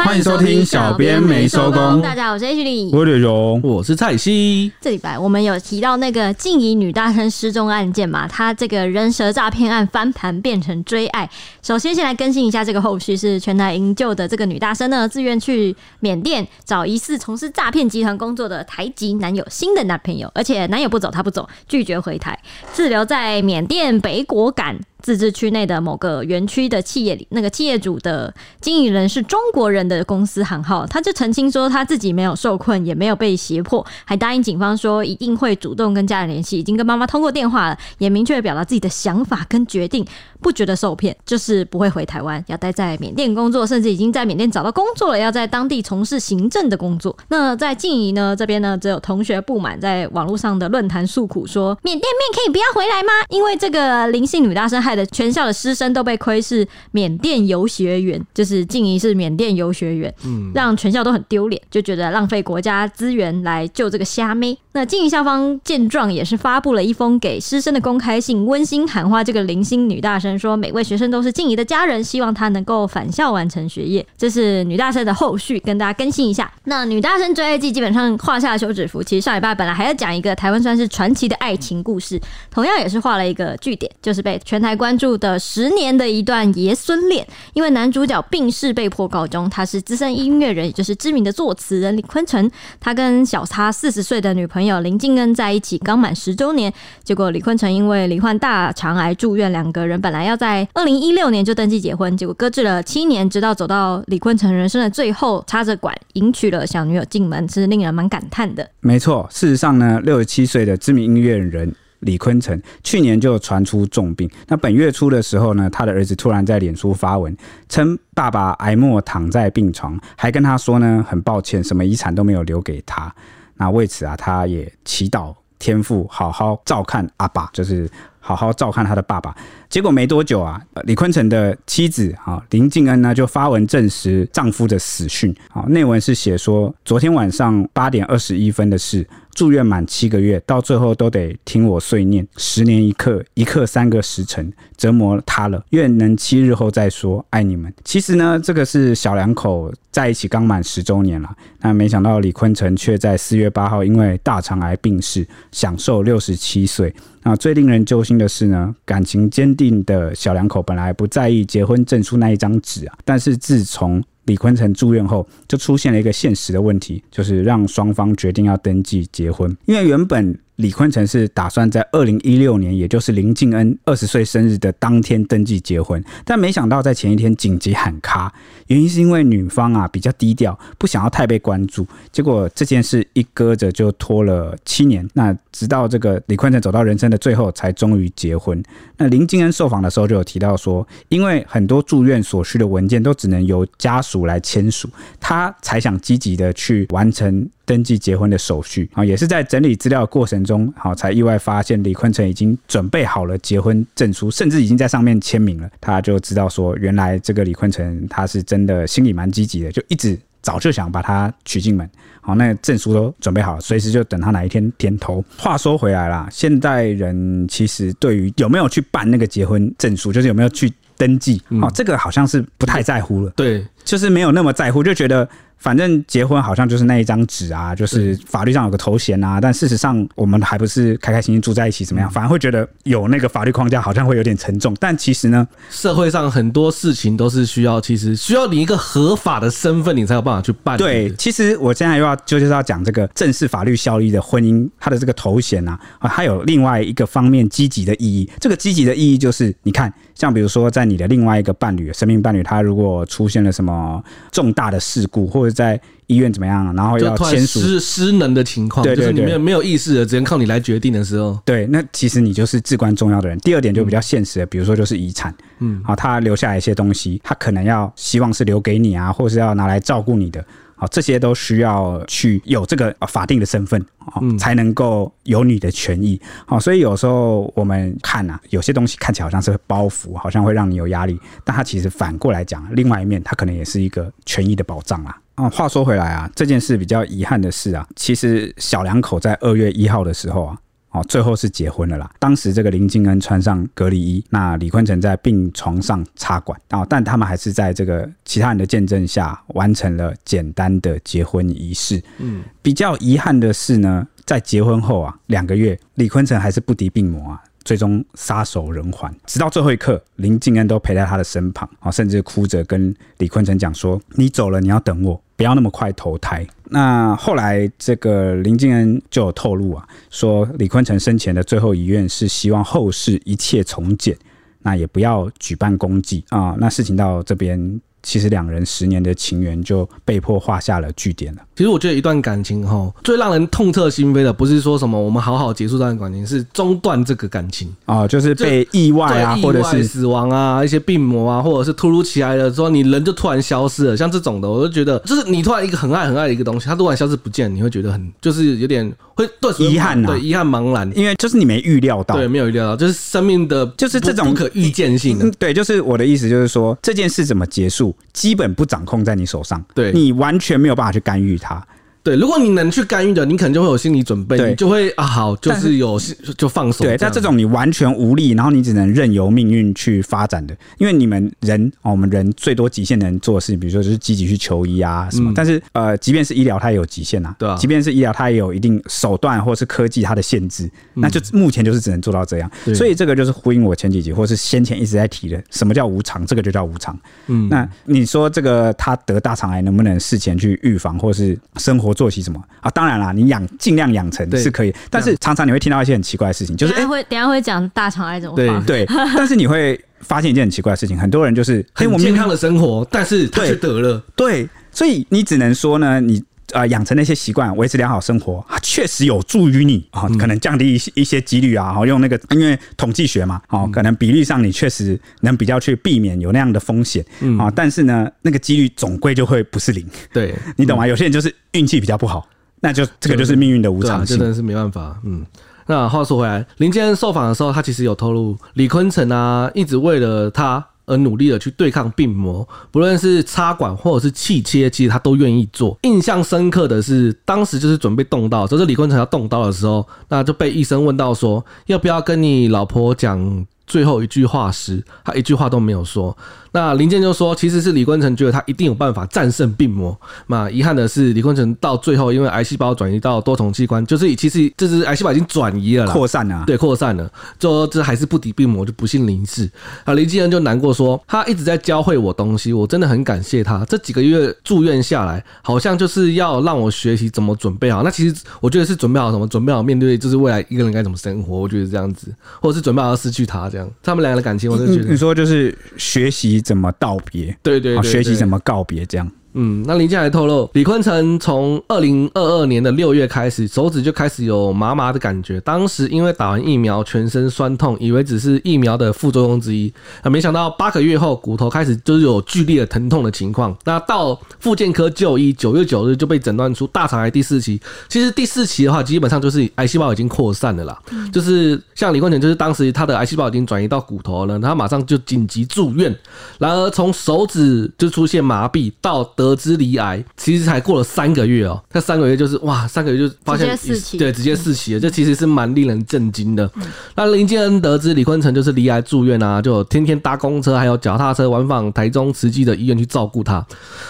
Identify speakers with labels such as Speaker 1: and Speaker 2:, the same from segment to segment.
Speaker 1: 欢迎收听小编没收工
Speaker 2: 大家好，我是 H 李。
Speaker 1: 我吕荣，
Speaker 3: 我是蔡西，
Speaker 2: 这礼拜我们有提到那个静怡女大生失踪案件嘛，她这个人蛇诈骗案翻盘变成追爱。首先，先来更新一下这个后续是全台营救的这个女大生呢，自愿去缅甸找疑似从事诈骗集团工作的台籍男友新的男朋友，而且男友不走，她不走，拒绝回台，滞留在缅甸北果敢。自治区内的某个园区的企业里，那个企业主的经营人是中国人的公司行号，他就澄清说他自己没有受困，也没有被胁迫，还答应警方说一定会主动跟家人联系，已经跟妈妈通过电话了，也明确表达自己的想法跟决定，不觉得受骗，就是不会回台湾，要待在缅甸工作，甚至已经在缅甸找到工作了，要在当地从事行政的工作。那在静怡呢这边呢，只有同学不满在网络上的论坛诉苦说，缅甸面可以不要回来吗？因为这个林姓女大生。害的全校的师生都被亏是缅甸游学员，就是静怡是缅甸游学员，让全校都很丢脸，就觉得浪费国家资源来救这个虾妹。那静怡校方见状也是发布了一封给师生的公开信，温馨喊话这个零星女大生，说每位学生都是静怡的家人，希望她能够返校完成学业。这是女大生的后续，跟大家更新一下。那女大生追爱记基本上画下休止符。其实上礼拜本来还要讲一个台湾算是传奇的爱情故事，同样也是画了一个据点，就是被全台。关注的十年的一段爷孙恋，因为男主角病逝被迫告终，他是资深音乐人，也就是知名的作词人李坤城。他跟小他四十岁的女朋友林静恩在一起刚满十周年，结果李坤城因为罹患大肠癌住院，两个人本来要在二零一六年就登记结婚，结果搁置了七年，直到走到李坤城人生的最后，插着管迎娶了小女友进门，是令人蛮感叹的。
Speaker 1: 没错，事实上呢，六十七岁的知名音乐人。李坤城去年就传出重病，那本月初的时候呢，他的儿子突然在脸书发文称爸爸癌末躺在病床，还跟他说呢，很抱歉，什么遗产都没有留给他。那为此啊，他也祈祷天父好好照看阿爸，就是好好照看他的爸爸。结果没多久啊，李坤城的妻子啊林静恩呢就发文证实丈夫的死讯。啊，内文是写说，昨天晚上八点二十一分的事。住院满七个月，到最后都得听我碎念，十年一刻，一刻三个时辰，折磨他了。愿能七日后再说，爱你们。其实呢，这个是小两口在一起刚满十周年了，那没想到李坤城却在四月八号因为大肠癌病逝，享受六十七岁。那最令人揪心的是呢，感情坚定的小两口本来不在意结婚证书那一张纸啊，但是自从李坤城住院后，就出现了一个现实的问题，就是让双方决定要登记结婚。因为原本李坤城是打算在二零一六年，也就是林敬恩二十岁生日的当天登记结婚，但没想到在前一天紧急喊卡，原因是因为女方啊比较低调，不想要太被关注。结果这件事一搁着就拖了七年，那直到这个李坤城走到人生的最后，才终于结婚。那林敬恩受访的时候就有提到说，因为很多住院所需的文件都只能由家属。来签署，他才想积极的去完成登记结婚的手续啊，也是在整理资料过程中，好才意外发现李坤城已经准备好了结婚证书，甚至已经在上面签名了。他就知道说，原来这个李坤城他是真的心里蛮积极的，就一直早就想把他娶进门。好，那证书都准备好了，随时就等他哪一天点头。话说回来啦，现代人其实对于有没有去办那个结婚证书，就是有没有去。登记哦，这个好像是不太在乎了，
Speaker 3: 对，
Speaker 1: 就是没有那么在乎，就觉得反正结婚好像就是那一张纸啊，就是法律上有个头衔啊，但事实上我们还不是开开心心住在一起怎么样？反而会觉得有那个法律框架好像会有点沉重，但其实呢，
Speaker 3: 社会上很多事情都是需要，其实需要你一个合法的身份，你才有办法去办理。
Speaker 1: 对，其实我现在又要就就是要讲这个正式法律效力的婚姻，它的这个头衔啊，啊，它有另外一个方面积极的意义。这个积极的意义就是，你看，像比如说在你的另外一个伴侣、生命伴侣，他如果出现了什么重大的事故，或者在医院怎么样，然后
Speaker 3: 就
Speaker 1: 要
Speaker 3: 突然
Speaker 1: 签署
Speaker 3: 失失能的情况，
Speaker 1: 对对
Speaker 3: 就是你
Speaker 1: 对
Speaker 3: 没有没有意识的，只能靠你来决定的时候，
Speaker 1: 对，那其实你就是至关重要的人。第二点就比较现实的，比如说就是遗产，嗯，好，他留下来一些东西，他可能要希望是留给你啊，或是要拿来照顾你的，好，这些都需要去有这个呃法定的身份，哦，才能够有你的权益。好，所以有时候我们看啊，有些东西看起来好像是包袱，好像会让你有压力，但它其实反过来讲，另外一面它可能也是一个权益的保障啦、啊，话说回来啊，这件事比较遗憾的是啊，其实小两口在二月一号的时候啊，哦，最后是结婚了啦。当时这个林敬恩穿上隔离衣，那李坤城在病床上插管啊、哦，但他们还是在这个其他人的见证下完成了简单的结婚仪式。嗯，比较遗憾的是呢，在结婚后啊两个月，李坤城还是不敌病魔啊。最终撒手人寰，直到最后一刻，林敬恩都陪在他的身旁啊，甚至哭着跟李坤城讲说：“你走了，你要等我，不要那么快投胎。”那后来，这个林敬恩就有透露啊，说李坤城生前的最后遗愿是希望后世一切从简，那也不要举办公祭啊。那事情到这边，其实两人十年的情缘就被迫画下了句点了。
Speaker 3: 其实我觉得一段感情哈，最让人痛彻心扉的，不是说什么我们好好结束这段感情，是中断这个感情。
Speaker 1: 哦，就是被意外啊，
Speaker 3: 对
Speaker 1: 或者
Speaker 3: 意外
Speaker 1: 是
Speaker 3: 死亡啊，一些病魔啊，或者是突如其来的说你人就突然消失了，像这种的，我就觉得就是你突然一个很爱很爱的一个东西，它突然消失不见，你会觉得很就是有点会顿时
Speaker 1: 遗憾啊
Speaker 3: 对遗憾茫然，
Speaker 1: 因为就是你没预料到，
Speaker 3: 对，没有预料到，就是生命的
Speaker 1: 就是这
Speaker 3: 不
Speaker 1: 种
Speaker 3: 不可预见性
Speaker 1: 嗯
Speaker 3: 的，，
Speaker 1: 对，就是我的意思，就是说这件事怎么结束，基本不掌控在你手上，
Speaker 3: 对
Speaker 1: 你完全没有办法去干预它。
Speaker 3: 对，如果你能去干预的，你可能就会有心理准备，
Speaker 1: 对
Speaker 3: 你就会啊好，就
Speaker 1: 但是
Speaker 3: 是有心就放手，
Speaker 1: 对，但
Speaker 3: 样
Speaker 1: 这种你完全无力，然后你只能任由命运去发展的，因为你们人哦，我们人最多极限能做的事情，比如说就是积极去求医啊什么。
Speaker 3: 嗯
Speaker 1: 但是呃，即便是医疗，它也有极限啊，
Speaker 3: 对啊
Speaker 1: 即便是医疗，它也有一定手段或是科技它的限制，那就目前就是只能做到这样。
Speaker 3: 嗯对
Speaker 1: 所以这个就是呼应我前几集或是先前一直在提的，什么叫无常？这个就叫无常。
Speaker 3: 嗯
Speaker 1: 那你说这个他得大肠癌能不能事前去预防，或是生活作息什么啊？当然啦，你养尽量养成
Speaker 3: 对啊
Speaker 1: 是可以，但是常常你会听到一些很奇怪的事情，就是
Speaker 2: 等
Speaker 1: 哎
Speaker 2: 一、下会等一下会讲大肠癌怎么
Speaker 3: 对
Speaker 2: 防。
Speaker 1: 对，但是你会发现一件很奇怪的事情，很多人就是哎、我
Speaker 3: 很
Speaker 1: 明
Speaker 3: 健
Speaker 1: 明
Speaker 3: 康的生活，但是他却得了，
Speaker 1: 嗯对，所以你只能说呢，你呃养成那些习惯，维持良好生活，啊确实有助于你啊、
Speaker 3: 嗯
Speaker 1: 可能降低一些一些几率啊，哦，用那个因为统计学嘛，
Speaker 3: 嗯
Speaker 1: 哦，可能比例上你确实能比较去避免有那样的风险
Speaker 3: 嗯
Speaker 1: 啊、但是呢，那个几率总归就会不是零，
Speaker 3: 对，
Speaker 1: 你懂吗？有些人就是运气比较不好，那就这个就是命运的无
Speaker 3: 对啊，
Speaker 1: 常
Speaker 3: 真
Speaker 1: 性。
Speaker 3: 的是没办法。嗯，那话说回来，林建恩受访的时候，他其实有透露，李坤城啊，一直为了他而努力的去对抗病魔，不论是插管或者是气切，其实他都愿意做。印象深刻的是，当时就是准备动刀，就是李坤城要动刀的时候，那就被医生问到说，要不要跟你老婆讲？最后一句话时，他一句话都没有说。那林健就说，其实是李坤城觉得他一定有办法战胜病魔，那遗憾的是，李坤城到最后因为癌细胞转移到多重器官，就是其实这只癌细胞已经转移了啦，
Speaker 1: 扩散啊，
Speaker 3: 对扩散了，就这还是不敌病魔，就不幸离世。啊，林继恩就难过说，他一直在教会我东西，我真的很感谢他。这几个月住院下来，好像就是要让我学习怎么准备好。那其实我觉得是准备好什么，准备好面对就是未来一个人该怎么生活，我觉得是这样子，或者是准备好要失去他这样。他们两个的感情，我真的
Speaker 1: 你
Speaker 3: 觉得
Speaker 1: 你说就是学习怎么道别，
Speaker 3: 对对
Speaker 1: 嗯好
Speaker 3: 对，
Speaker 1: 学习
Speaker 3: 对
Speaker 1: 怎么告别这样。
Speaker 3: 嗯，那林嘉还透露，李坤城从二零二二年的六月开始，手指就开始有麻麻的感觉。当时因为打完疫苗，全身酸痛，以为只是疫苗的副作用之一。啊，没想到八个月后，骨头开始就是有剧烈的疼痛的情况。那到复健科就医，九月九日就被诊断出大肠癌第四期。其实第四期的话，基本上就是癌细胞已经扩散了啦。
Speaker 2: 嗯
Speaker 3: 就是像李冠泉，就是当时他的癌细胞已经转移到骨头了，他马上就紧急住院。然而从手指就出现麻痹到得知罹癌，其实才过了三个月哦、那三个月就是哇，三个月就发现
Speaker 2: 直接四期嗯
Speaker 3: 对，直接四期了，这其实是蛮令人震惊的。那林建恩得知李坤城就是罹癌住院啊，就天天搭公车还有脚踏车往返台中慈济的医院去照顾他。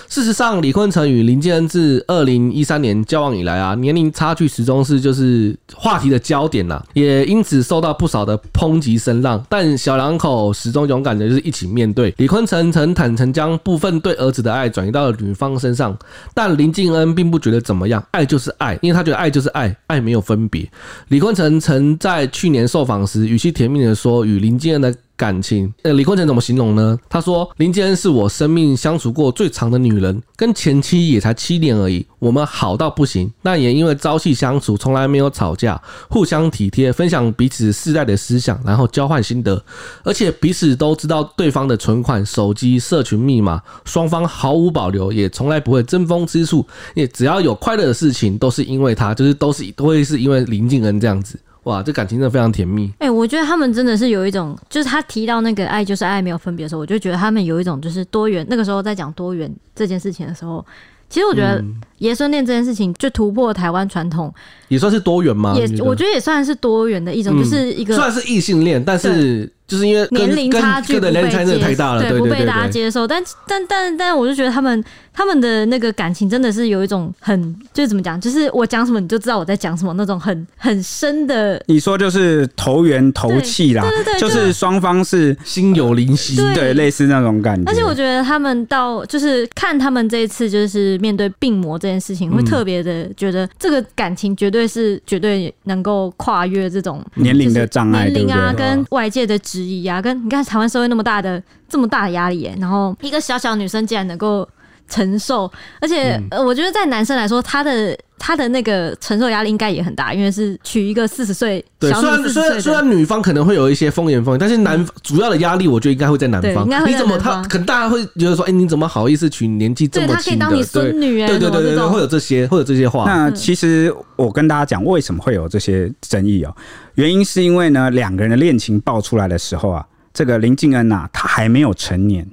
Speaker 3: 事实上，李坤城与林建恩自二零一三年交往以来啊，年龄差距始终是就是话题的焦点呐、也因此受到不少的抨击声浪。但小两口始终勇敢的就是一起面对。李坤城曾坦诚将部分对儿子的爱转移到了女方身上，但林敬恩并不觉得怎么样，爱就是爱，因为他觉得爱就是爱，爱没有分别。李坤城曾在去年受访时，语气甜蜜的说，与林敬恩的感情，呃，李坤城怎么形容呢？他说，林敬恩是我生命相处过最长的女人，跟前妻也才七年而已，我们好到不行，那也因为朝夕相处，从来没有吵架，互相体贴，分享彼此世代的思想，然后交换心得，而且彼此都知道对方的存款、手机、社群密码，双方毫无保留，也从来不会争风吃醋，也只要有快乐的事情，都是因为他，就是都是都会是因为林敬恩这样子。哇，这感情真的非常甜蜜。
Speaker 2: 哎、我觉得他们真的是有一种，就是他提到那个爱就是爱没有分别的时候，我就觉得他们有一种就是多元。那个时候在讲多元这件事情的时候，其实我觉得爷孙恋这件事情，就突破台湾传统，
Speaker 3: 也算是多元嘛。
Speaker 2: 也
Speaker 3: 你觉
Speaker 2: 我觉得也算是多元的一种，
Speaker 3: 嗯
Speaker 2: 就是一个
Speaker 3: 虽然是异性恋，但是就是因为跟
Speaker 2: 年龄
Speaker 3: 跟
Speaker 2: 差距
Speaker 3: 跟
Speaker 2: 不
Speaker 3: 的
Speaker 2: 被
Speaker 3: 年龄差真的
Speaker 2: 接
Speaker 3: 太大了，对
Speaker 2: 不
Speaker 3: 对
Speaker 2: 被大家
Speaker 3: 对。
Speaker 2: 接受。但但但但，我就觉得他们他们的那个感情真的是有一种很，就是怎么讲，就是我讲什么你就知道我在讲什么那种很很深的。
Speaker 1: 你说就是投缘投气啦，
Speaker 2: 对对对对
Speaker 1: 就是双方是
Speaker 3: 心有灵犀，
Speaker 2: 对
Speaker 1: 对类似那种
Speaker 3: 嗯
Speaker 1: 感觉。
Speaker 2: 而且我觉得他们到就是看他们这一次就是面对病魔这件事情，会
Speaker 3: 嗯
Speaker 2: 特别的觉得这个感情绝对是绝对能够跨越这种
Speaker 1: 年龄的障碍，
Speaker 2: 就是
Speaker 1: 对不
Speaker 2: 年龄啊，
Speaker 1: 对？
Speaker 2: 跟外界的质疑啊，跟你看台湾社会那么大的这么大的压力耶，然后一个小小女生竟然能够承受，而且、
Speaker 3: 嗯
Speaker 2: 呃我觉得在男生来说，他的他的那个承受压力应该也很大，因为是娶一个四十岁
Speaker 3: 对，
Speaker 2: 小
Speaker 3: 虽
Speaker 2: 女
Speaker 3: 然
Speaker 2: 四
Speaker 3: 虽然
Speaker 2: 十
Speaker 3: 虽
Speaker 2: 岁的。
Speaker 3: 然女方可能会有一些风言风语，但是男主要的压力，我觉得应该会在男
Speaker 2: 对
Speaker 3: 方
Speaker 2: 应该。会
Speaker 3: 你
Speaker 2: 在
Speaker 3: 怎么
Speaker 2: 男
Speaker 3: 他
Speaker 2: 方
Speaker 3: 可能大家会觉得说，哎，你怎么好意思娶年纪这
Speaker 2: 对，
Speaker 3: 么
Speaker 2: 他可以
Speaker 3: 轻的？
Speaker 2: 当你
Speaker 3: 对
Speaker 2: 孙女哎、
Speaker 3: 对
Speaker 2: 什么
Speaker 3: 对对
Speaker 2: 这
Speaker 3: 对对，
Speaker 2: 种
Speaker 3: 会有这些，会有这些话。
Speaker 1: 那其实我跟大家讲，为什么会有这些争议哦？原因是因为呢，两个人的恋情爆出来的时候啊，这个林敬恩啊，他还没有成年。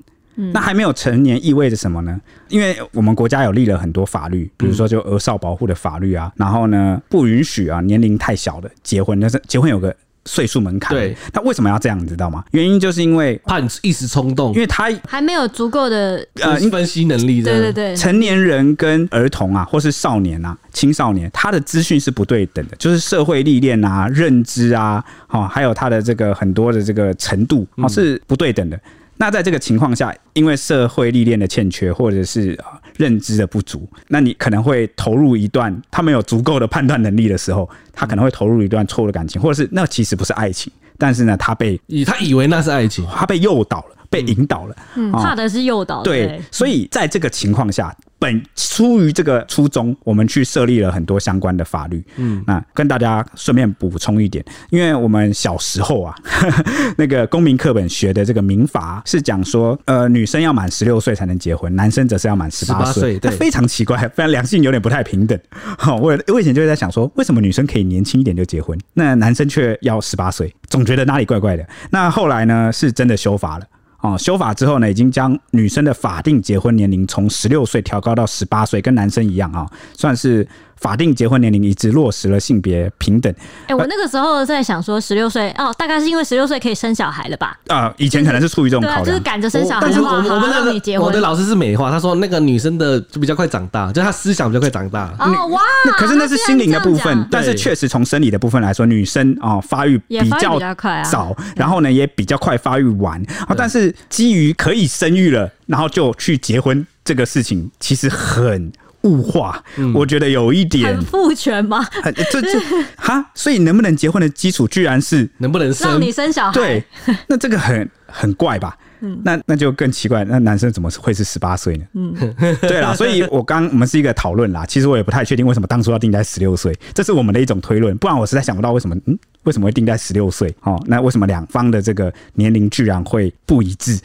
Speaker 1: 那还没有成年意味着什么呢？因为我们国家有立了很多法律，比如说就儿少保护的法律啊，然后呢不允许啊年龄太小的结婚，但是结婚有个岁数门槛。
Speaker 3: 对，
Speaker 1: 那为什么要这样，你知道吗？原因就是因为，
Speaker 3: 怕你一时冲动
Speaker 1: 因，为他
Speaker 2: 还没有足够的，
Speaker 1: 呃，
Speaker 3: 分析能力这
Speaker 2: 对对
Speaker 3: 样。
Speaker 2: 对，
Speaker 1: 成年人跟儿童啊，或是少年啊、青少年，他的资讯是不对等的，就是社会历练啊、认知啊，哦，还有他的这个很多的这个程度哦是不对等的。那在这个情况下，因为社会历练的欠缺，或者是啊、呃认知的不足，那你可能会投入一段他没有足够的判断能力的时候，他可能会投入一段错误的感情，或者是那其实不是爱情，但是呢，他被
Speaker 3: 以他以为那是爱情，
Speaker 1: 他被诱导了，被引导了，
Speaker 2: 嗯，
Speaker 1: 哦
Speaker 2: 怕的是诱导，
Speaker 1: 对，所以在这个情况下，本出于这个初衷，我们去设立了很多相关的法律。嗯，那跟大家顺便补充一点，因为我们小时候啊，那个公民课本学的这个民法是讲说，呃，女生要满十六岁才能结婚，男生则是要满十八
Speaker 3: 18岁
Speaker 1: 那
Speaker 3: 对
Speaker 1: 非常奇怪，不然两性有点不太平等。好，我我以前就会在想说，为什么女生可以年轻一点就结婚，那男生却要十八岁，总觉得哪里怪怪的。那后来呢，是真的修法了。哦，修法之后呢，已经将女生的法定结婚年龄从十六岁调高到十八岁，跟男生一样啊、算是法定结婚年龄一致，落实了性别平等。
Speaker 2: 哎、我那个时候在想说，十六岁哦，大概是因为十六岁可以生小孩了吧？
Speaker 1: 啊、以前可能是出于这种
Speaker 2: 对
Speaker 1: 考
Speaker 2: 啊，就
Speaker 1: 量，
Speaker 2: 是赶着生小孩
Speaker 3: 但是
Speaker 2: 的
Speaker 3: 我
Speaker 2: 话，
Speaker 3: 们
Speaker 2: 好
Speaker 3: 我们
Speaker 2: 让你
Speaker 3: 那
Speaker 2: 结
Speaker 3: 个
Speaker 2: 婚
Speaker 3: 我的。老师是美化，他说那个女生的就比较快长大，就她思想比较快长大。
Speaker 2: 哦哇！
Speaker 1: 那 可是那是心灵的
Speaker 2: 他
Speaker 1: 部
Speaker 2: 居然
Speaker 1: 分，但是
Speaker 3: 对
Speaker 1: 确实从生理的部分来说，女生啊、哦发育
Speaker 2: 也发育
Speaker 1: 较
Speaker 2: 比较快啊
Speaker 1: 早，然后呢也比较快发育完啊、但是基于可以生育了，然后就去结婚这个事情，其实很物化，我觉得有一
Speaker 2: 这样
Speaker 1: 点
Speaker 2: 讲很父权吗？
Speaker 1: 很这这哈，所以能不能结婚的基础居然是
Speaker 3: 能不能
Speaker 2: 让
Speaker 3: 生
Speaker 2: 你？生小孩？嗯
Speaker 1: 对， 那这个很很怪吧？那那就更奇怪，那男生怎么会是十八岁呢？嗯， 对啦，所以我刚我们是一个讨论啦，其实我也不太确定为什么当初要定在十六岁，这是我们的一种推论，不然我实在想不到为什么嗯为什么会定在十六岁哦？那为什么两方的这个年龄居然会不一致？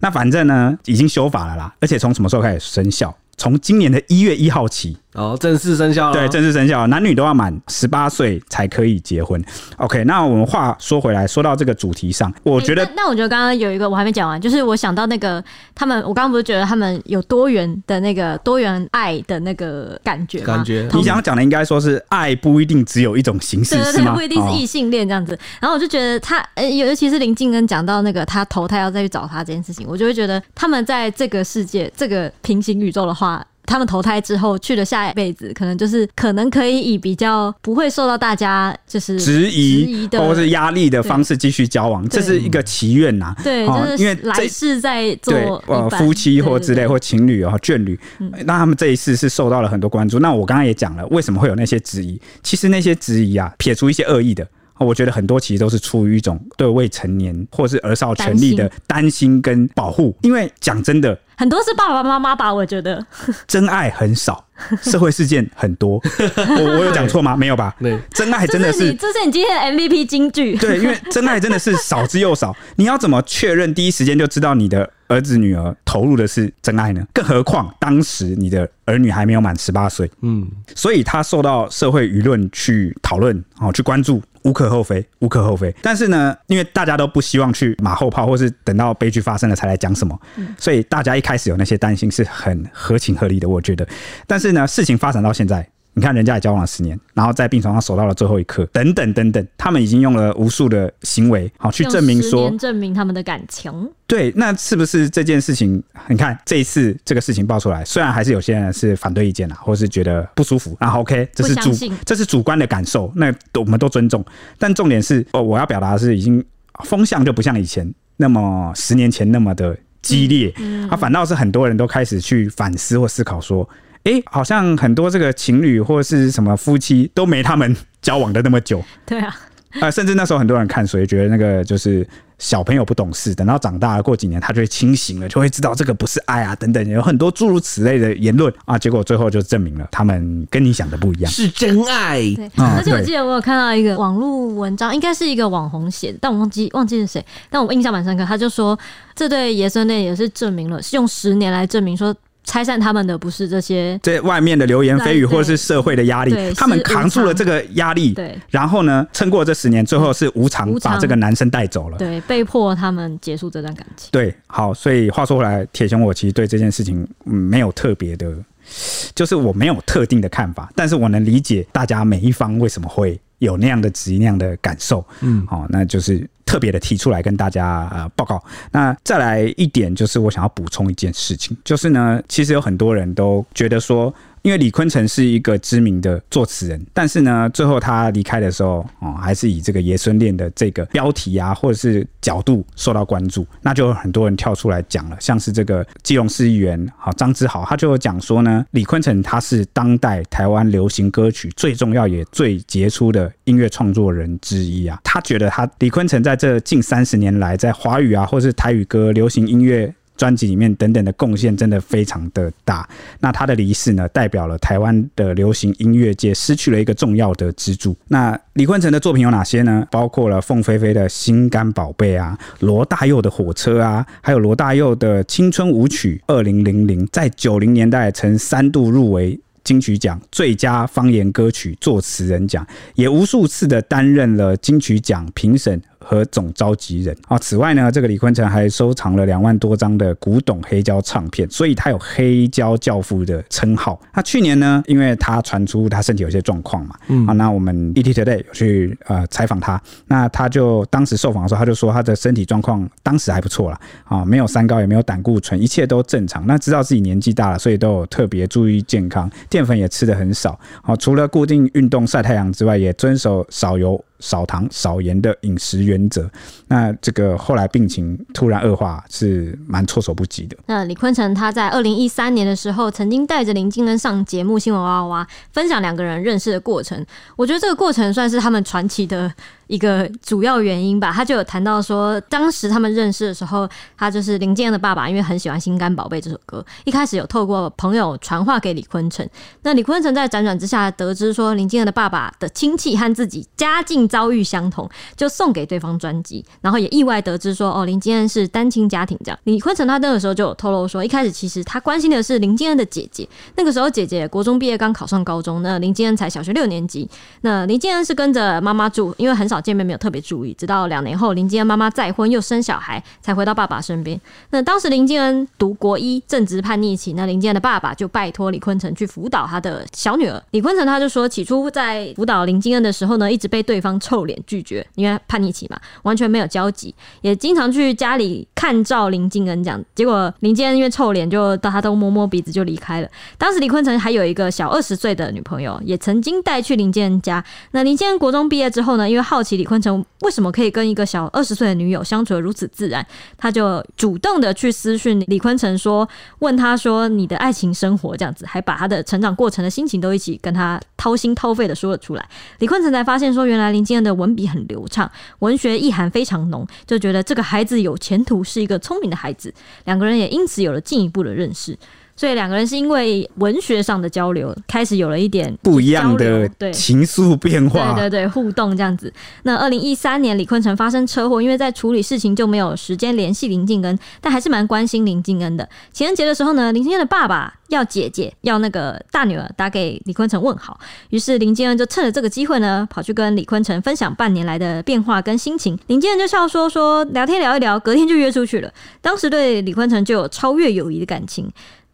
Speaker 1: 那反正呢，已经修法了啦，而且从什么时候开始生效？从今年的一月一号起，
Speaker 3: 哦，正式生效
Speaker 2: 嗯
Speaker 3: 了。
Speaker 1: 对，正式生效，男女都要满十八岁才可以结婚。OK，那我们话说回来，说到这个主题上，我
Speaker 2: 哎
Speaker 1: 觉得
Speaker 2: 那那我觉得刚刚有一个我还没讲完，就是我想到那个他们，我刚刚不是觉得他们有多元的那个多元爱的那个感觉吗？
Speaker 3: 感觉
Speaker 1: 你想要讲的应该说是爱不一定只有一种形 式，
Speaker 2: 对对
Speaker 1: 是
Speaker 2: 对，
Speaker 1: 吗？
Speaker 2: 不一定是异
Speaker 1: 哦
Speaker 2: 性恋这样子。然后我就觉得他，呃，尤其是林静恩讲到那个他投胎要再去找他这件事情，我就会觉得他们在这个世界、这个平行宇宙的话。他们投胎之后去了下一辈子，可能就是可能可以以比较不会受到大家就是
Speaker 1: 质疑
Speaker 2: 质疑的，
Speaker 1: 或是压力的方式继续交往，这是一个祈愿呐、
Speaker 2: 对，
Speaker 1: 哦
Speaker 2: 就
Speaker 1: 因为
Speaker 2: 是来
Speaker 1: 这
Speaker 2: 世再做
Speaker 1: 对，呃
Speaker 2: 一，半
Speaker 1: 夫妻或之类
Speaker 2: 对对对嗯
Speaker 1: 或情侣啊、眷侣，那他们这一次是受到了很多关注。那我刚刚也讲了，为什么会有那些质疑？其实那些质疑啊，撇除一些恶意的。哦我觉得很多其实都是出于一种对未成年或是儿少权利的担心跟保护，因为讲真的，
Speaker 2: 很多是爸爸妈妈吧，我觉得
Speaker 1: 真爱很 少，社会事件很多。我我有讲错吗？没有吧？
Speaker 3: 对，
Speaker 1: 真爱哎真的
Speaker 2: 这是
Speaker 1: 是
Speaker 2: 你这是你今天的 MVP 金句，
Speaker 1: 对，因为真爱真的是少之又少，你要怎么确认第一时间就知道你的儿子女儿投入的是真爱呢？更何况当时你的儿女还没有满十八岁，
Speaker 3: 嗯，
Speaker 1: 所以他受到社会舆论去讨论哦，去关注。无可厚非，无可厚非。但是呢，因为大家都不希望去马后炮，或是等到悲剧发生了才来讲什么，
Speaker 2: 嗯
Speaker 1: 所以大家一开始有那些担心是很合情合理的，我觉得。但是呢，事情发展到现在，你看人家也交往了十年，然后在病床上守到了最后一刻，等等等等，他们已经用了无数的行为，好去证明
Speaker 2: 用十
Speaker 1: 说
Speaker 2: 年证明他们的感情。
Speaker 1: 对，那是不是这件事情？你看这一次这个事情爆出来，虽然还是有些人是反对意见啊，或是觉得不舒服，然后 OK，这
Speaker 2: 不
Speaker 1: 是
Speaker 2: 相
Speaker 1: 主
Speaker 2: 信
Speaker 1: 这是主观的感受，那我们都尊重。但重点是，哦，我要表达的是，已经风向就不像以前那么十年前那么的
Speaker 2: 嗯
Speaker 1: 激烈，啊，反倒是很多人都开始去反思或思考说。诶，好像很多这个情侣或是什么夫妻都没他们交往的那么久，
Speaker 2: 对啊，
Speaker 1: 啊，甚至那时候很多人看书也觉得那个就是小朋友不懂事，等到长大了过几年他就会清醒了，就会知道这个不是爱啊等等，有很多诸如此类的言论啊，结果最后就证明了他们跟你想的不一样。
Speaker 3: 是真爱。
Speaker 2: 对，
Speaker 1: 啊
Speaker 2: 而且我
Speaker 1: 对
Speaker 2: 记得我有看到一个网络文章，应该是一个网红写的，但我忘记忘记是谁，但我印象蛮深刻。他就说，这对爷孙恋也是证明了，是用十年来证明说拆散他们的不是这些，
Speaker 1: 这外面的流言蜚语
Speaker 2: 对
Speaker 1: 或者是社会的压
Speaker 2: 对
Speaker 1: 力，他们
Speaker 2: 是无
Speaker 1: 扛住了
Speaker 2: 常
Speaker 1: 这个压力，
Speaker 2: 对
Speaker 1: 然后呢，撑过这十年，最后是无偿
Speaker 2: 无
Speaker 1: 把
Speaker 2: 偿
Speaker 1: 这个男生带走了。
Speaker 2: 对，被迫他们结束这段感情。
Speaker 1: 对，好，所以话说回来，铁熊我其实对这件事情、嗯、没有特别的，就是我没有特定的看法，但是我能理解大家每一方为什么会有那样的质疑、那样的感受。
Speaker 3: 嗯，
Speaker 1: 好、那就是特别的提出来跟大家呃报告。那再来一点，就是我想要补充一件事情，就是呢，其实有很多人都觉得说，因为李坤城是一个知名的作词人，但是呢，最后他离开的时候，哦，还是以这个爷孙恋的这个标题啊，或者是角度受到关注，那就有很多人跳出来讲了，像是这个基隆市议员好张之豪，他就有讲说呢，李坤城他是当代台湾流行歌曲最重要也最杰出的音乐创作人之一啊，他觉得他李坤城在这近三十年来，在华语啊或是台语歌、流行音乐。专辑里面等等的贡献真的非常的大，那他的离世呢，代表了台湾的流行音乐界失去了一个重要的支柱。那李坤城的作品有哪些呢？包括了凤飞飞的《心肝宝贝》啊，罗大佑的《火车》啊，还有罗大佑的《青春舞曲》。二零零零在九零年代曾三度入围。金曲奖最佳方言歌曲作词人奖，也无数次的担任了金曲奖评审和总召集人啊。此外呢，这个李坤城还收藏了两万多张的古董黑胶唱片，所以他有“黑胶教父”的称号。那去年呢，因为他传出他身体有些状况嘛，
Speaker 3: 嗯
Speaker 1: 啊，那我们 ET Today 有去呃采访他，那他就当时受访的时候，他就说他的身体状况当时还不错啦，啊，没有三高，也没有胆固醇，一切都正常。那知道自己年纪大了，所以都有特别注意健康，淀粉也吃的很少。好、除了固定运动、晒太阳之外，也遵守少油、少糖、少盐的饮食原则。那这个后来病情突然恶化，是蛮措手不及的。
Speaker 2: 那李坤城他在二零一三年的时候，曾经带着林敬恩上节目《新闻哇哇哇》，分享两个人认识的过程。我觉得这个过程算是他们传奇的一个主要原因吧。他就有谈到说，当时他们认识的时候，他就是林敬恩的爸爸，因为很喜欢《心肝宝贝》这首歌，一开始有透过朋友传话给李坤城。那李坤城在辗转之下得知说，林敬恩的爸爸的亲戚和自己家境遭遇相同，就送给对方专辑，然后也意外得知说，哦，林金恩是单亲家庭这样。李坤城他那个时候就有透露说，一开始其实他关心的是林金恩的姐姐，那个时候姐姐国中毕业刚考上高中，那林金恩才小学六年级。那林金恩是跟着妈妈住，因为很少见面，没有特别注意。直到两年后，林金恩妈妈再婚又生小孩，才回到爸爸身边。那当时林敬恩读国一，正值叛逆期，那林敬恩的爸爸就拜托李坤城去辅导他的小女儿。李坤城他就说，起初在辅导林敬恩的时候呢，一直被对方臭脸拒绝，因为叛逆期嘛，完全没有交集，也经常去家里看照林敬恩这样。结果林敬恩因为臭脸，就大家都摸摸鼻子就离开了。当时李坤城还有一个小二十岁的女朋友，也曾经带去林敬恩家。那林敬恩国中毕业之后呢，因为好奇李坤城为什么可以跟一个小二十岁的女友相处的如此自然，他就主动的去私讯李坤城说，问他说你的爱情生活这样子，还把他的成长过程的心情都一起跟他掏心掏肺的说了出来。李坤城才发现说，原来林敬恩的文笔很流畅，文学意涵非常浓，就觉得这个孩子有前途，是一个聪明的孩子。两个人也因此有了进一步的认识。所以两个人是因为文学上的交流，开始有了一点
Speaker 1: 不一样
Speaker 2: 交
Speaker 1: 的
Speaker 2: 流哦对
Speaker 1: 情愫变化，
Speaker 2: 对对对，互动这样子。那二零一三年李坤城发生车祸，因为在处理事情就没有时间联系林敬恩，但还是蛮关心林敬恩的。情人节的时候呢，林敬恩的爸爸要姐姐要那个大女儿打给李坤城问好，于是林敬恩就趁着这个机会呢，跑去跟李坤城分享半年来的变化跟心情。林敬恩就笑说说聊天聊一聊，隔天就约出去了。当时对李坤城就有超越友谊的感情。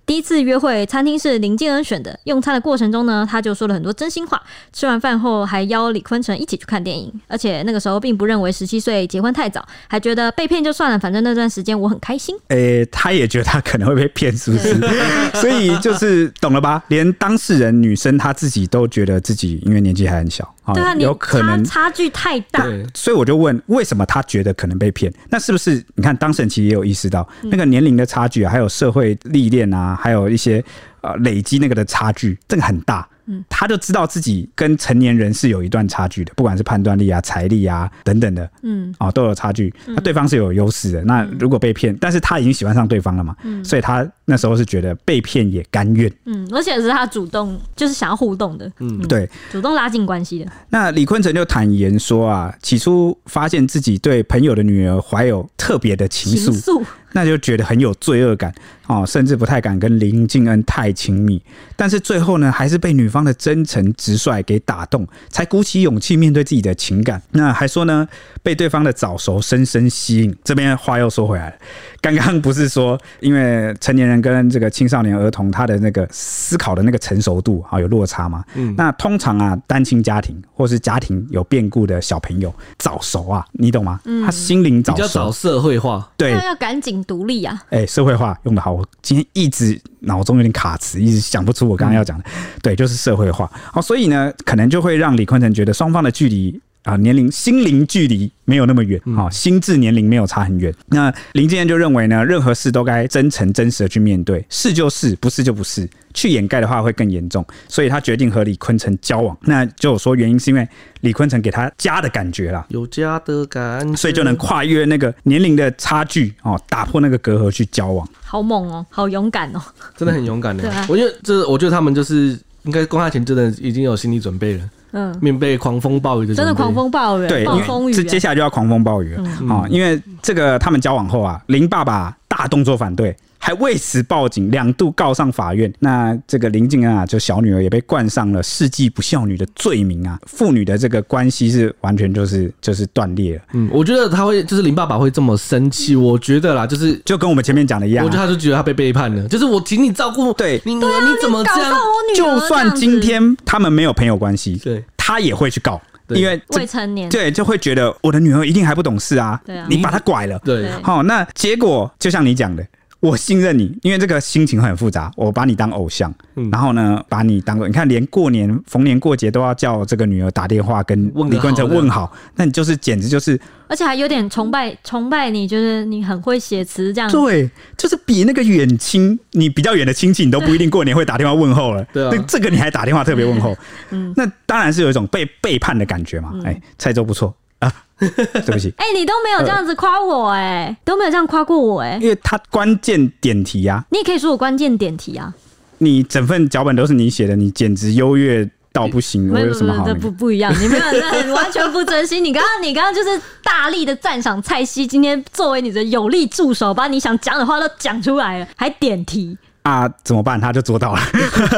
Speaker 2: 第一次约会餐厅是林敬恩选的，用餐的过程中呢，他就说了很多真心话，吃完饭后还邀李坤城一起去看电影，而且那个时候并不认为十七岁结婚太早，还觉得被骗就算了，反正那段时间我很开心。
Speaker 1: 诶、他也觉得他可能会被骗，是不是？ 所以就是懂了吧？连当事人女生她自己都觉得自己因为年纪还很小，啊
Speaker 2: 对啊，你
Speaker 1: 有可能。
Speaker 2: 差差距太大，
Speaker 3: 对，
Speaker 1: 所以我就问，为什么他觉得可能被骗？那是不是你看当事人其实也有意识到
Speaker 2: 嗯
Speaker 1: 那个年龄的差距、啊，还有社会历练啊，还有一些呃累积那个的差距，这个很大。嗯，他就知道自己跟成年人是有一段差距的，不管是判断力啊、财力啊等等的，
Speaker 2: 嗯，
Speaker 1: 哦，都有差距。那对方是有优势的。那如果被骗，但是他已经喜欢上对方了嘛，所以他那时候是觉得被骗也甘愿。
Speaker 2: 嗯，而且是他主动，就是想要互动的，嗯，
Speaker 1: 对，
Speaker 2: 主动拉近关系的，
Speaker 1: 那李坤城就坦言说啊，起初发现自己对朋友的女儿怀有特别的情
Speaker 2: 情
Speaker 1: 愫，
Speaker 2: 愫，
Speaker 1: 那就觉得很有罪恶感哦，甚至不太敢跟林敬恩太亲密。但是最后呢，还是被女方的真诚直率给打动，才鼓起勇气面对自己的情感。那还说呢，被对方的早熟深深吸引。这边话又说回来了，刚刚不是说，因为成年人跟这个青少年儿童他的那个思考的那个成熟度啊、有落差嘛？
Speaker 3: 嗯
Speaker 1: 那通常啊，单亲家庭或是家庭有变故的小朋友早熟啊，你懂吗？他心灵
Speaker 3: 比
Speaker 1: 早
Speaker 3: 较
Speaker 1: 熟
Speaker 3: 早，社会化，
Speaker 1: 对
Speaker 2: 那，要赶紧独立啊，
Speaker 1: 哎、社会化用的好，我今天一直脑中有点卡词，一直想不出我刚刚要讲的。对，就是社会化。好、所以呢，可能就会让李坤城觉得双方的距离啊、年龄、心灵距离没有那么远，好、心智年龄没有差很远。那林建彦就认为呢，任何事都该真诚、真实的去面对，是就是，不是就不是。去掩盖的话会更严重，所以他决定和李坤城交往。那就有说原因是因为李坤城给他家的感觉啦，
Speaker 3: 有家的感觉，
Speaker 1: 所以就能跨越那个年龄的差距哦，打破那个隔阂去交往。
Speaker 2: 好猛哦、好勇敢哦、
Speaker 3: 真的很勇敢的
Speaker 2: 对啊。
Speaker 3: 我觉得这，我觉得他们就是应该公开前真的已经有心理准备了，
Speaker 2: 嗯，
Speaker 3: 面对狂风暴雨的准
Speaker 2: 真
Speaker 3: 备
Speaker 2: 的狂。风暴雨，
Speaker 1: 对，
Speaker 2: 暴
Speaker 1: 因
Speaker 2: 风
Speaker 1: 为
Speaker 2: 雨
Speaker 1: 这接
Speaker 2: 啊，嗯
Speaker 1: 下来就要狂风暴雨了啊、哦！因为这个他们交往后啊，林爸爸大动作反对，还为此报警，两度告上法院。那这个林静恩啊，就小女儿也被冠上了世纪不孝女的罪名啊，父女的这个关系是完全就是就是断裂了，
Speaker 3: 嗯，我觉得他会就是林爸爸会这么生气，我觉得啦，就是
Speaker 1: 就跟我们前面讲的一样
Speaker 3: 我
Speaker 1: 啊、
Speaker 3: 觉得他就觉得他被背叛了，就是我请你照顾
Speaker 1: 对
Speaker 3: 你女儿，你怎么
Speaker 2: 啊搞
Speaker 3: 这
Speaker 2: 到
Speaker 3: 样？
Speaker 2: 我女儿
Speaker 1: 就算今
Speaker 2: 这样
Speaker 1: 天他们没有朋友关系，
Speaker 3: 对，
Speaker 1: 他也会去告，
Speaker 3: 对
Speaker 1: 因为
Speaker 2: 子
Speaker 1: 这
Speaker 2: 未成年，
Speaker 1: 对就会觉得我的女儿一定还不懂事啊，
Speaker 2: 对啊
Speaker 1: 你把她拐了，
Speaker 3: 对，
Speaker 1: 好、那结果就像你讲的，我信任你，因为这个心情很复杂，我把你当偶像，
Speaker 3: 嗯
Speaker 1: 然后呢，把你当个你看，连过年逢年过节都要叫这个女儿打电话跟
Speaker 3: 问个
Speaker 1: 李冠哲
Speaker 3: 好的
Speaker 1: 问好，那你就是简直就是
Speaker 2: 而且还有点崇拜崇拜你，就是你很会写词
Speaker 3: 嗯
Speaker 2: 这样子。
Speaker 1: 对，就是比那个远亲，你比较远的亲戚，你都不一定过年会打电话问候了。
Speaker 3: 对啊
Speaker 1: 那这个你还打电话特别问候，
Speaker 2: 嗯
Speaker 1: 那当然是有一种被背叛的感觉嘛。哎、蔡州不错啊，对不起，
Speaker 2: 哎、你都没有这样子夸我哎、都没有这样夸过我哎、
Speaker 1: 因为他关键点题啊呀、
Speaker 2: 你也可以说我关键点题啊，
Speaker 1: 你整份脚本都是你写的，你简直优越到不行，我
Speaker 2: 没
Speaker 1: 有什么好
Speaker 2: 这
Speaker 1: 那
Speaker 2: 不
Speaker 1: 个？
Speaker 2: 不一样，你没有，这完全不真心。你刚刚你刚刚就是大力的赞赏蔡西，今天作为你的有力助手，把你想讲的话都讲出来了，还点题，
Speaker 1: 啊，怎么办？他就做到了。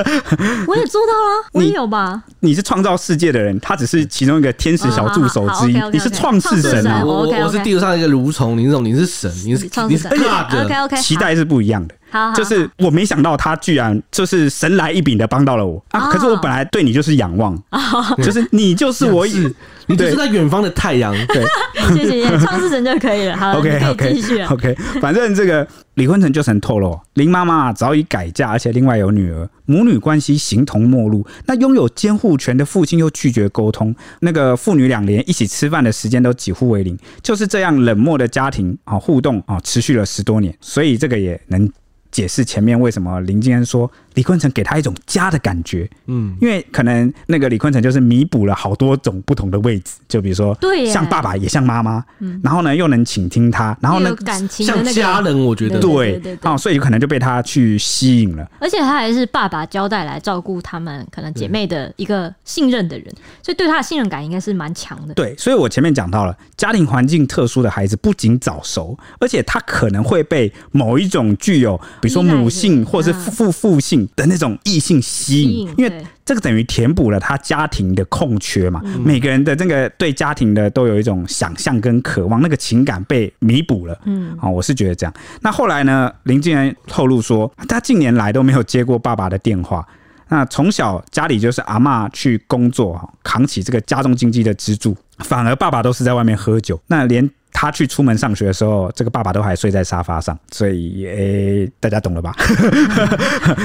Speaker 2: 我也做到了，我也
Speaker 1: 你
Speaker 2: 有吧？
Speaker 1: 你是创造世界的人，他只是其中一个天使小助手之一
Speaker 2: 好好好好，，OK，OK，OK
Speaker 1: 你是创世神
Speaker 2: 创世
Speaker 1: 啊
Speaker 2: 神！
Speaker 3: 我
Speaker 2: OK，OK
Speaker 3: 我是地球上一个蠕虫，你是种你是神，你是
Speaker 2: 创
Speaker 3: 你
Speaker 2: 世
Speaker 3: 是哎
Speaker 2: 神
Speaker 3: God 的
Speaker 2: ，OK OK，
Speaker 1: 期待是不一样的。
Speaker 2: 好，好，好
Speaker 1: 就是我没想到他居然就是神来一笔的帮到了我啊！
Speaker 2: 哦
Speaker 1: 可是我本来对你就是仰 望，就是你就是我
Speaker 3: 是你就
Speaker 1: 对
Speaker 3: 是在远方的太阳。
Speaker 1: 对
Speaker 2: 谢谢谢谢，创世神就可以了， 好了，
Speaker 1: OK
Speaker 2: 啊你可以
Speaker 1: OK
Speaker 2: 继续了。
Speaker 1: OK，反正这个李坤城就曾透露，林妈妈早已改嫁，而且另外有女儿，母女关系形同陌路。那拥有监护权的父亲又拒绝沟通，那个父女俩连一起吃饭的时间都几乎为零。就是这样冷漠的家庭啊、互动啊、持续了十多年，所以这个也能。解释前面为什么林敬恩说李坤城给他一种家的感觉，
Speaker 3: 嗯，
Speaker 1: 因为可能那个李坤城就是弥补了好多种不同的位置，就比如说
Speaker 2: 对耶
Speaker 1: 像爸爸也像妈妈，然后呢又能倾听他，然后
Speaker 2: 又
Speaker 1: 呢
Speaker 2: 有感情的
Speaker 3: 像
Speaker 2: 那
Speaker 3: 家
Speaker 2: 个，
Speaker 3: 人，我觉得
Speaker 2: 对对对对对
Speaker 1: 哦，所以可能就被他去吸引了。
Speaker 2: 而且他还是爸爸交代来照顾他们可能姐
Speaker 1: 嗯
Speaker 2: 妹的一个信任的人，所以对他的信任感应该是蛮强的。
Speaker 1: 对，所以我前面讲到了，家庭环境特殊的孩子不仅早熟，而且他可能会被某一种具有，比如说
Speaker 2: 依赖的
Speaker 1: 母性
Speaker 2: 人
Speaker 1: 或是
Speaker 2: 啊
Speaker 1: 父父父性的那种异性吸
Speaker 2: 吸
Speaker 1: 引
Speaker 2: 引，
Speaker 1: 因为
Speaker 2: 嗯对
Speaker 1: 这个等于填补了他家庭的空缺嘛。每个人的这个对家庭的都有一种想象跟渴望，那个情感被弥补了。
Speaker 2: 嗯，
Speaker 1: 哦，我是觉得这样。那后来呢？林竟然透露说，他近年来都没有接过爸爸的电话。那从小家里就是阿嬷去工作，哦扛起这个家中经济的支柱，反而爸爸都是在外面喝酒。那连他去出门上学的时候，这个爸爸都还睡在沙发上。所以，诶、大家懂了吧？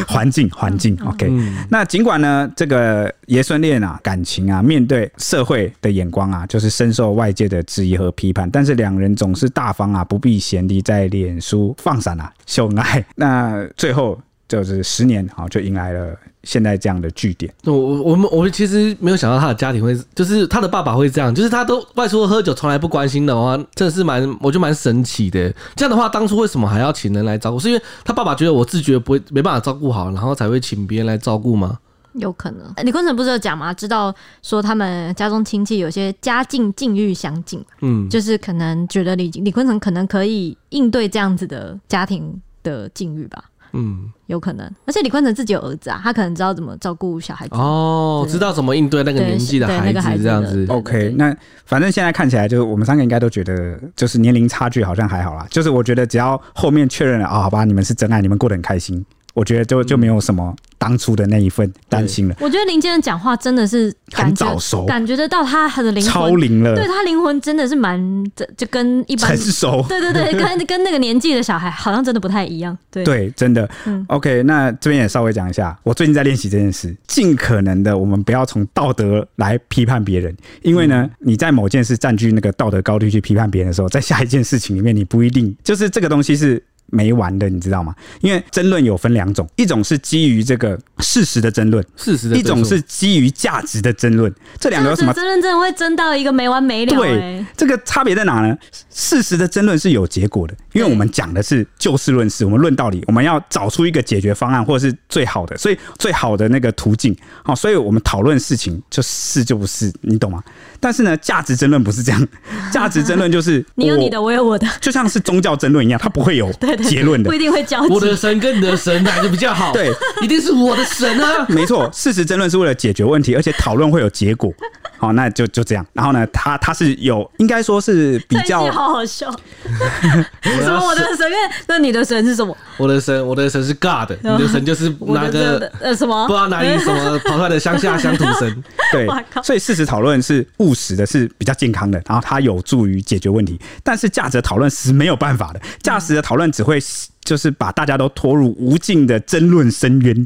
Speaker 1: 环境，环境，OK。那
Speaker 2: 嗯
Speaker 1: 尽管呢，这个爷孙恋啊，感情啊，面对社会的眼光啊，就是深受外界的质疑和批判，但是两人总是大方啊，不避嫌地在脸书放闪啊，秀恩爱。 那最后就是十年啊，就迎来了现在这样的据点。
Speaker 3: 我我我们我其实没有想到他的家庭会，就是他的爸爸会这样，就是他都外出喝酒，从来不关心的话，真的是蛮，我就蛮神奇的。这样的话，当初为什么还要请人来照顾？是因为他爸爸觉得我自觉不会没办法照顾好，然后才会请别人来照顾吗？
Speaker 2: 有可能。呃李坤城不是有讲吗？知道说他们家中亲戚有些家境境遇相近，
Speaker 3: 嗯，
Speaker 2: 就是可能觉得李李坤城可能可以应对这样子的家庭的境遇吧，
Speaker 3: 嗯，
Speaker 2: 有可能。而且李坤城自己有儿子啊，他可能知道怎么照顾小孩子。
Speaker 1: 啊
Speaker 3: 哦，
Speaker 2: 对
Speaker 3: 知道怎么应对那个
Speaker 2: 对
Speaker 3: 年纪的
Speaker 2: 对那
Speaker 3: 孩
Speaker 2: 个孩
Speaker 3: 子
Speaker 2: 子
Speaker 3: 这样
Speaker 2: 的
Speaker 3: 子。
Speaker 2: 对
Speaker 1: OK，
Speaker 2: 对
Speaker 1: 那反正现在看起来就是我们三个应该都觉得，就是年龄差距好像还好啦。就是我觉得只要后面确认了啊、好吧，你们是真爱，你们过得很开心，我觉得就就没有什么当初的那一份担心了，
Speaker 2: 我觉得林建恩讲话真的是感
Speaker 1: 很
Speaker 2: 觉
Speaker 1: 早熟，
Speaker 2: 感觉得到他的灵
Speaker 1: 超
Speaker 2: 魂，
Speaker 1: 龄了
Speaker 2: 对。他灵魂真的是蛮这就跟一般
Speaker 1: 成熟。
Speaker 2: 对对 对，跟跟那个年纪的小孩好像真的不太一样。对，
Speaker 1: 对，真的。
Speaker 2: 嗯
Speaker 1: OK，那这边也稍微讲一下，我最近在练习这件事，尽可能的，我们不要从道德来批判别人，因
Speaker 2: 嗯
Speaker 1: 为呢，你在某件事占据那个道德高地去批判别人的时候，在下一件事情里面，你不一定就是这个东西是。没完的，你知道吗？因为争论有分两种，一种是基于这个事实的争论，
Speaker 3: 事实的
Speaker 1: 一
Speaker 3: 对
Speaker 1: 种
Speaker 3: 错
Speaker 1: 是基于价值的争论。这两个有什么
Speaker 2: 真认真会争到一个没完没了、
Speaker 1: 对
Speaker 2: 欸。
Speaker 1: 这个差别在哪呢？事实的争论是有结果的，因为
Speaker 2: 对
Speaker 1: 我们讲的是就事论事，我们论道理，我们要找出一个解决方案或者是最好的，所以最好的那个途径。好、所以我们讨论事情就是就不是，你懂吗？但是呢，价值争论不是 这样，价值争论就是
Speaker 2: 你有
Speaker 1: 我
Speaker 2: 你的，我有我的，
Speaker 1: 就像是宗教争论一样，它不 会有结论的
Speaker 2: 不一。定会 交
Speaker 3: 我
Speaker 2: 集。
Speaker 3: 的神跟你的神哪个比较好？
Speaker 1: 对，
Speaker 3: 一定是我的神 啊！
Speaker 1: 没错，事实争论是为了解决问题，而且讨论会有结果。好，那就就这样。然后呢，它它是有，应该说是比
Speaker 2: 这一
Speaker 1: 较
Speaker 2: 句好好笑，
Speaker 3: 我
Speaker 2: 什么我
Speaker 3: 要
Speaker 2: 的
Speaker 3: 神，
Speaker 2: 神跟那你的神是什么？
Speaker 3: 我的神，我的神是 God，你的神就是
Speaker 2: 我
Speaker 3: 哪
Speaker 2: 的这
Speaker 3: 个
Speaker 2: 的呃什么？
Speaker 3: 不知道 哪里什么跑出来的乡下乡土神。
Speaker 1: 对
Speaker 2: 哇靠，
Speaker 1: 所以事实讨论是务实的，是比较健康的，然后它有助于解决问题。但是价值的讨论是没有办法的，价值的讨论只会就是把大家都拖入无尽的争论 深渊。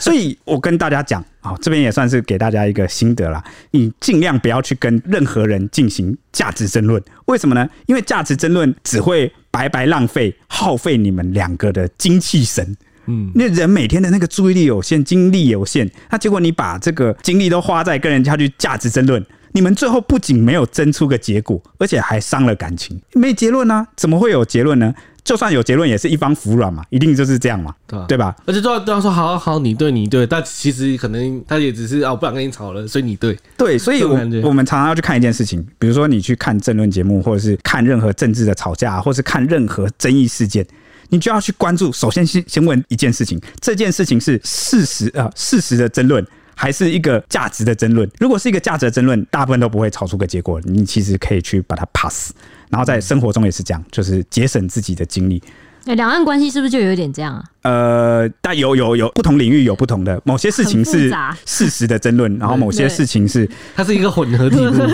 Speaker 1: 所以我跟大家讲啊、这边也算是给大家一个心得啦，你尽量不要去跟任何人进行价值争论。为什么呢？因为价值争论只会白白浪费、耗费你们两个的精气神。
Speaker 3: 嗯，
Speaker 1: 那人每天的那个注意力有限，精力有限，那结果你把这个精力都花在跟人家去价值争论，你们最后不仅没有争出个结果，而且还伤了感情，没结论呢、怎么会有结论呢？就算有结论，也是一方服软嘛，一定就是这样嘛，
Speaker 3: 对啊
Speaker 1: 对吧？
Speaker 3: 而且对方对方说好好，你对你对，但其实可能他也只是啊，我不想跟你吵了，所以你对，
Speaker 1: 对，所以
Speaker 3: 这种
Speaker 1: 我
Speaker 3: 感觉
Speaker 1: 我们常常要去看一件事情，比如说你去看政论节目，或者是看任何政治的吵架，或是看任何争议事件，你就要去关注。首先先先问一件事情，这件事情是事实啊、呃事实的争论。还是一个价值的争论。如果是一个价值的争论，大部分都不会吵出个结果。你其实可以去把它 pass。然后在生活中也是这样，就是节省自己的精力。
Speaker 2: 哎两岸关系是不是就有点这样啊？
Speaker 1: 呃，但有有有不同领域有不同的，某些事
Speaker 2: 很
Speaker 1: 情
Speaker 2: 复
Speaker 1: 是
Speaker 2: 杂
Speaker 1: 事实的争论，然后某些
Speaker 2: 对
Speaker 1: 事情是
Speaker 3: 它是一个混合体目。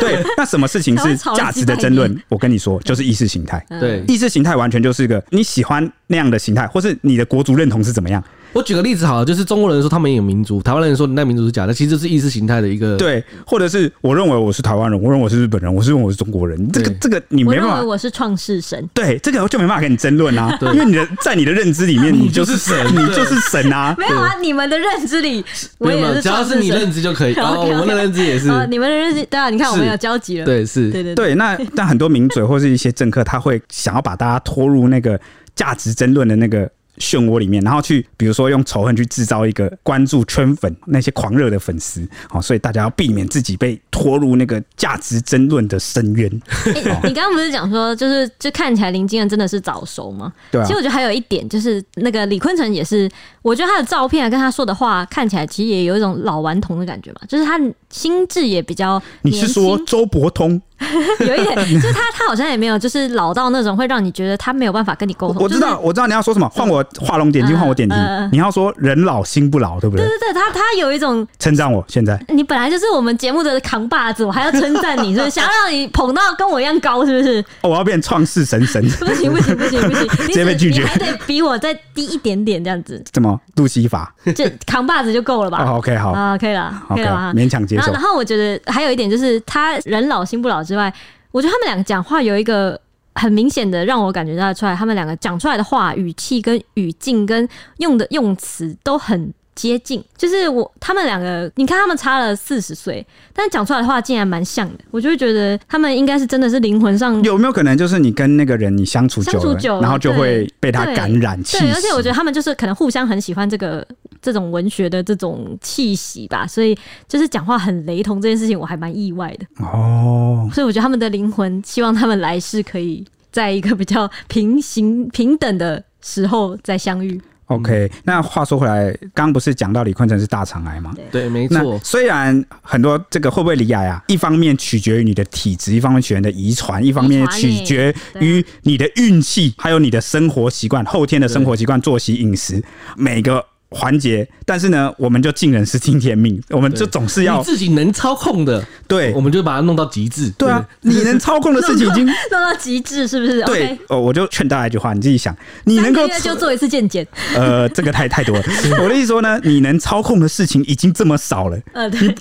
Speaker 1: 对，那什么事情是价值的争论？我跟你说，就是意识形态。
Speaker 2: 嗯
Speaker 3: 对
Speaker 1: 意识形态完全就是一个你喜欢那样的形态，或是你的国族认同是怎么样，
Speaker 3: 我举个例子好了，就是中国人说他们也有民族，台湾人说你那民族是假的，其实这是意识形态的一个。
Speaker 1: 对，或者是我认为我是台湾人，我认为我是日本人，我是认为我是中国人，这个
Speaker 3: 对
Speaker 1: 这个你
Speaker 2: 我
Speaker 1: 没办
Speaker 2: 认为
Speaker 1: 法。
Speaker 2: 我是创世神，
Speaker 1: 对，这个我就没办法跟你争论啊，
Speaker 3: 对
Speaker 1: 因为你的在你的认知里面， 你就是神，你就是神啊。
Speaker 2: 没有啊？你们的认知里，我
Speaker 3: 没有
Speaker 2: 也
Speaker 3: 没有，
Speaker 2: 是
Speaker 3: 只要
Speaker 2: 创世
Speaker 3: 是
Speaker 2: 神。
Speaker 3: 你认知就可以。
Speaker 2: OK，
Speaker 3: 然后我们的
Speaker 2: OK
Speaker 3: 认知也是，
Speaker 2: 哦，你们的认知，对啊，你看我们有交集了。
Speaker 3: 对，是，
Speaker 2: 对对对，
Speaker 1: 对，那但很多名嘴或是一些政客，他会想要把大家拖入那个价值争论的那个漩涡里面，然后去比如说用仇恨去制造一个关注圈粉那些狂热的粉丝，好、所以大家要避免自己被拖入那个价值争论的深渊，哦
Speaker 2: 诶 你刚刚不是讲说，就是就看起来林金恩真的是早熟吗？
Speaker 1: 对啊
Speaker 2: 其实，我觉得还有一点就是，那个李坤城也是，我觉得他的照片啊跟他说的话看起来，其实也有一种老顽童的感觉嘛，就是他心智也比较
Speaker 1: 你
Speaker 2: 年轻，
Speaker 1: 是说周伯通？
Speaker 2: 有一点，就是他他好像也没有就是老到那种会让你觉得他没有办法跟你沟通。
Speaker 1: 我知道，我知道你要说什么，换我画龙点睛，
Speaker 2: 嗯
Speaker 1: 换我点睛
Speaker 2: 嗯嗯。
Speaker 1: 你要说人老心不老，对不
Speaker 2: 就
Speaker 1: 对
Speaker 2: 是，？对对对，他他有一种，
Speaker 1: 称赞我现在，
Speaker 2: 你本来就是我们节目的扛把子，我还要称赞你，是 不是？想要让你捧到跟我一样高，是不是？
Speaker 1: 哦我要变创世神 神，
Speaker 2: 不行不行不行不行，你
Speaker 1: 直接被
Speaker 2: 只
Speaker 1: 拒绝
Speaker 2: 你还得比我再低一点点这样子，
Speaker 1: 怎么路西法？
Speaker 2: 就扛把子就够了吧？
Speaker 1: 哦，OK，好
Speaker 2: 啊，可以了，可以
Speaker 1: ，OK，
Speaker 2: 了啊。
Speaker 1: 勉强接
Speaker 2: 然后，
Speaker 1: 受
Speaker 2: 然。后我觉得还有一点就是，他人老心不老之外，我觉得他们两个讲话有一个很明显的让我感觉到出来，他们两个讲出来的话语气跟语境跟用的用词都很。接近，就是我他们两个，你看他们差了四十岁，但讲出来的话竟然蛮像的，我就会觉得他们应该是真的是灵魂上
Speaker 1: 有没有可能就是你跟那个人你相处
Speaker 2: 嗯
Speaker 1: 久
Speaker 2: 相
Speaker 1: 了
Speaker 2: 处久，了
Speaker 1: 然后就会被他
Speaker 2: 对
Speaker 1: 感染气息？
Speaker 2: 对，而且我觉得他们就是可能互相很喜欢这个这种文学的这种气息吧，所以就是讲话很雷同这件事情，我还蛮意外的。
Speaker 1: 哦，
Speaker 2: 所以我觉得他们的灵魂，希望他们来世可以在一个比较平行平等的时候再相遇。
Speaker 1: OK，那话说回来，刚刚不是讲到李坤城是大肠癌吗？
Speaker 3: 对，没
Speaker 1: 那
Speaker 3: 错。
Speaker 1: 虽然很多这个会不会离癌啊，一方面取决于你的体质，一方面取决于你的遗传，一方面取决于你的运气，还有你的生活习惯、后天的生活习惯、作息、饮食每个环节。但是呢，我们就尽人事听天命，我们就
Speaker 3: 对
Speaker 1: 总是
Speaker 3: 你
Speaker 1: 要
Speaker 3: 自己能操控的，
Speaker 1: 对
Speaker 3: 我们就把它弄到极致。
Speaker 1: 哎对啊，你能操控的事情已经
Speaker 2: 弄到极致是不是
Speaker 1: 对
Speaker 2: ？OK，。
Speaker 1: 哦，我就劝大家一句话，你自己想，你能够
Speaker 2: 三个月就做一次健检，
Speaker 1: 呃，这个太 太多了。我的意思说呢，你能操控的事情已经这么少了。
Speaker 2: 呃，对，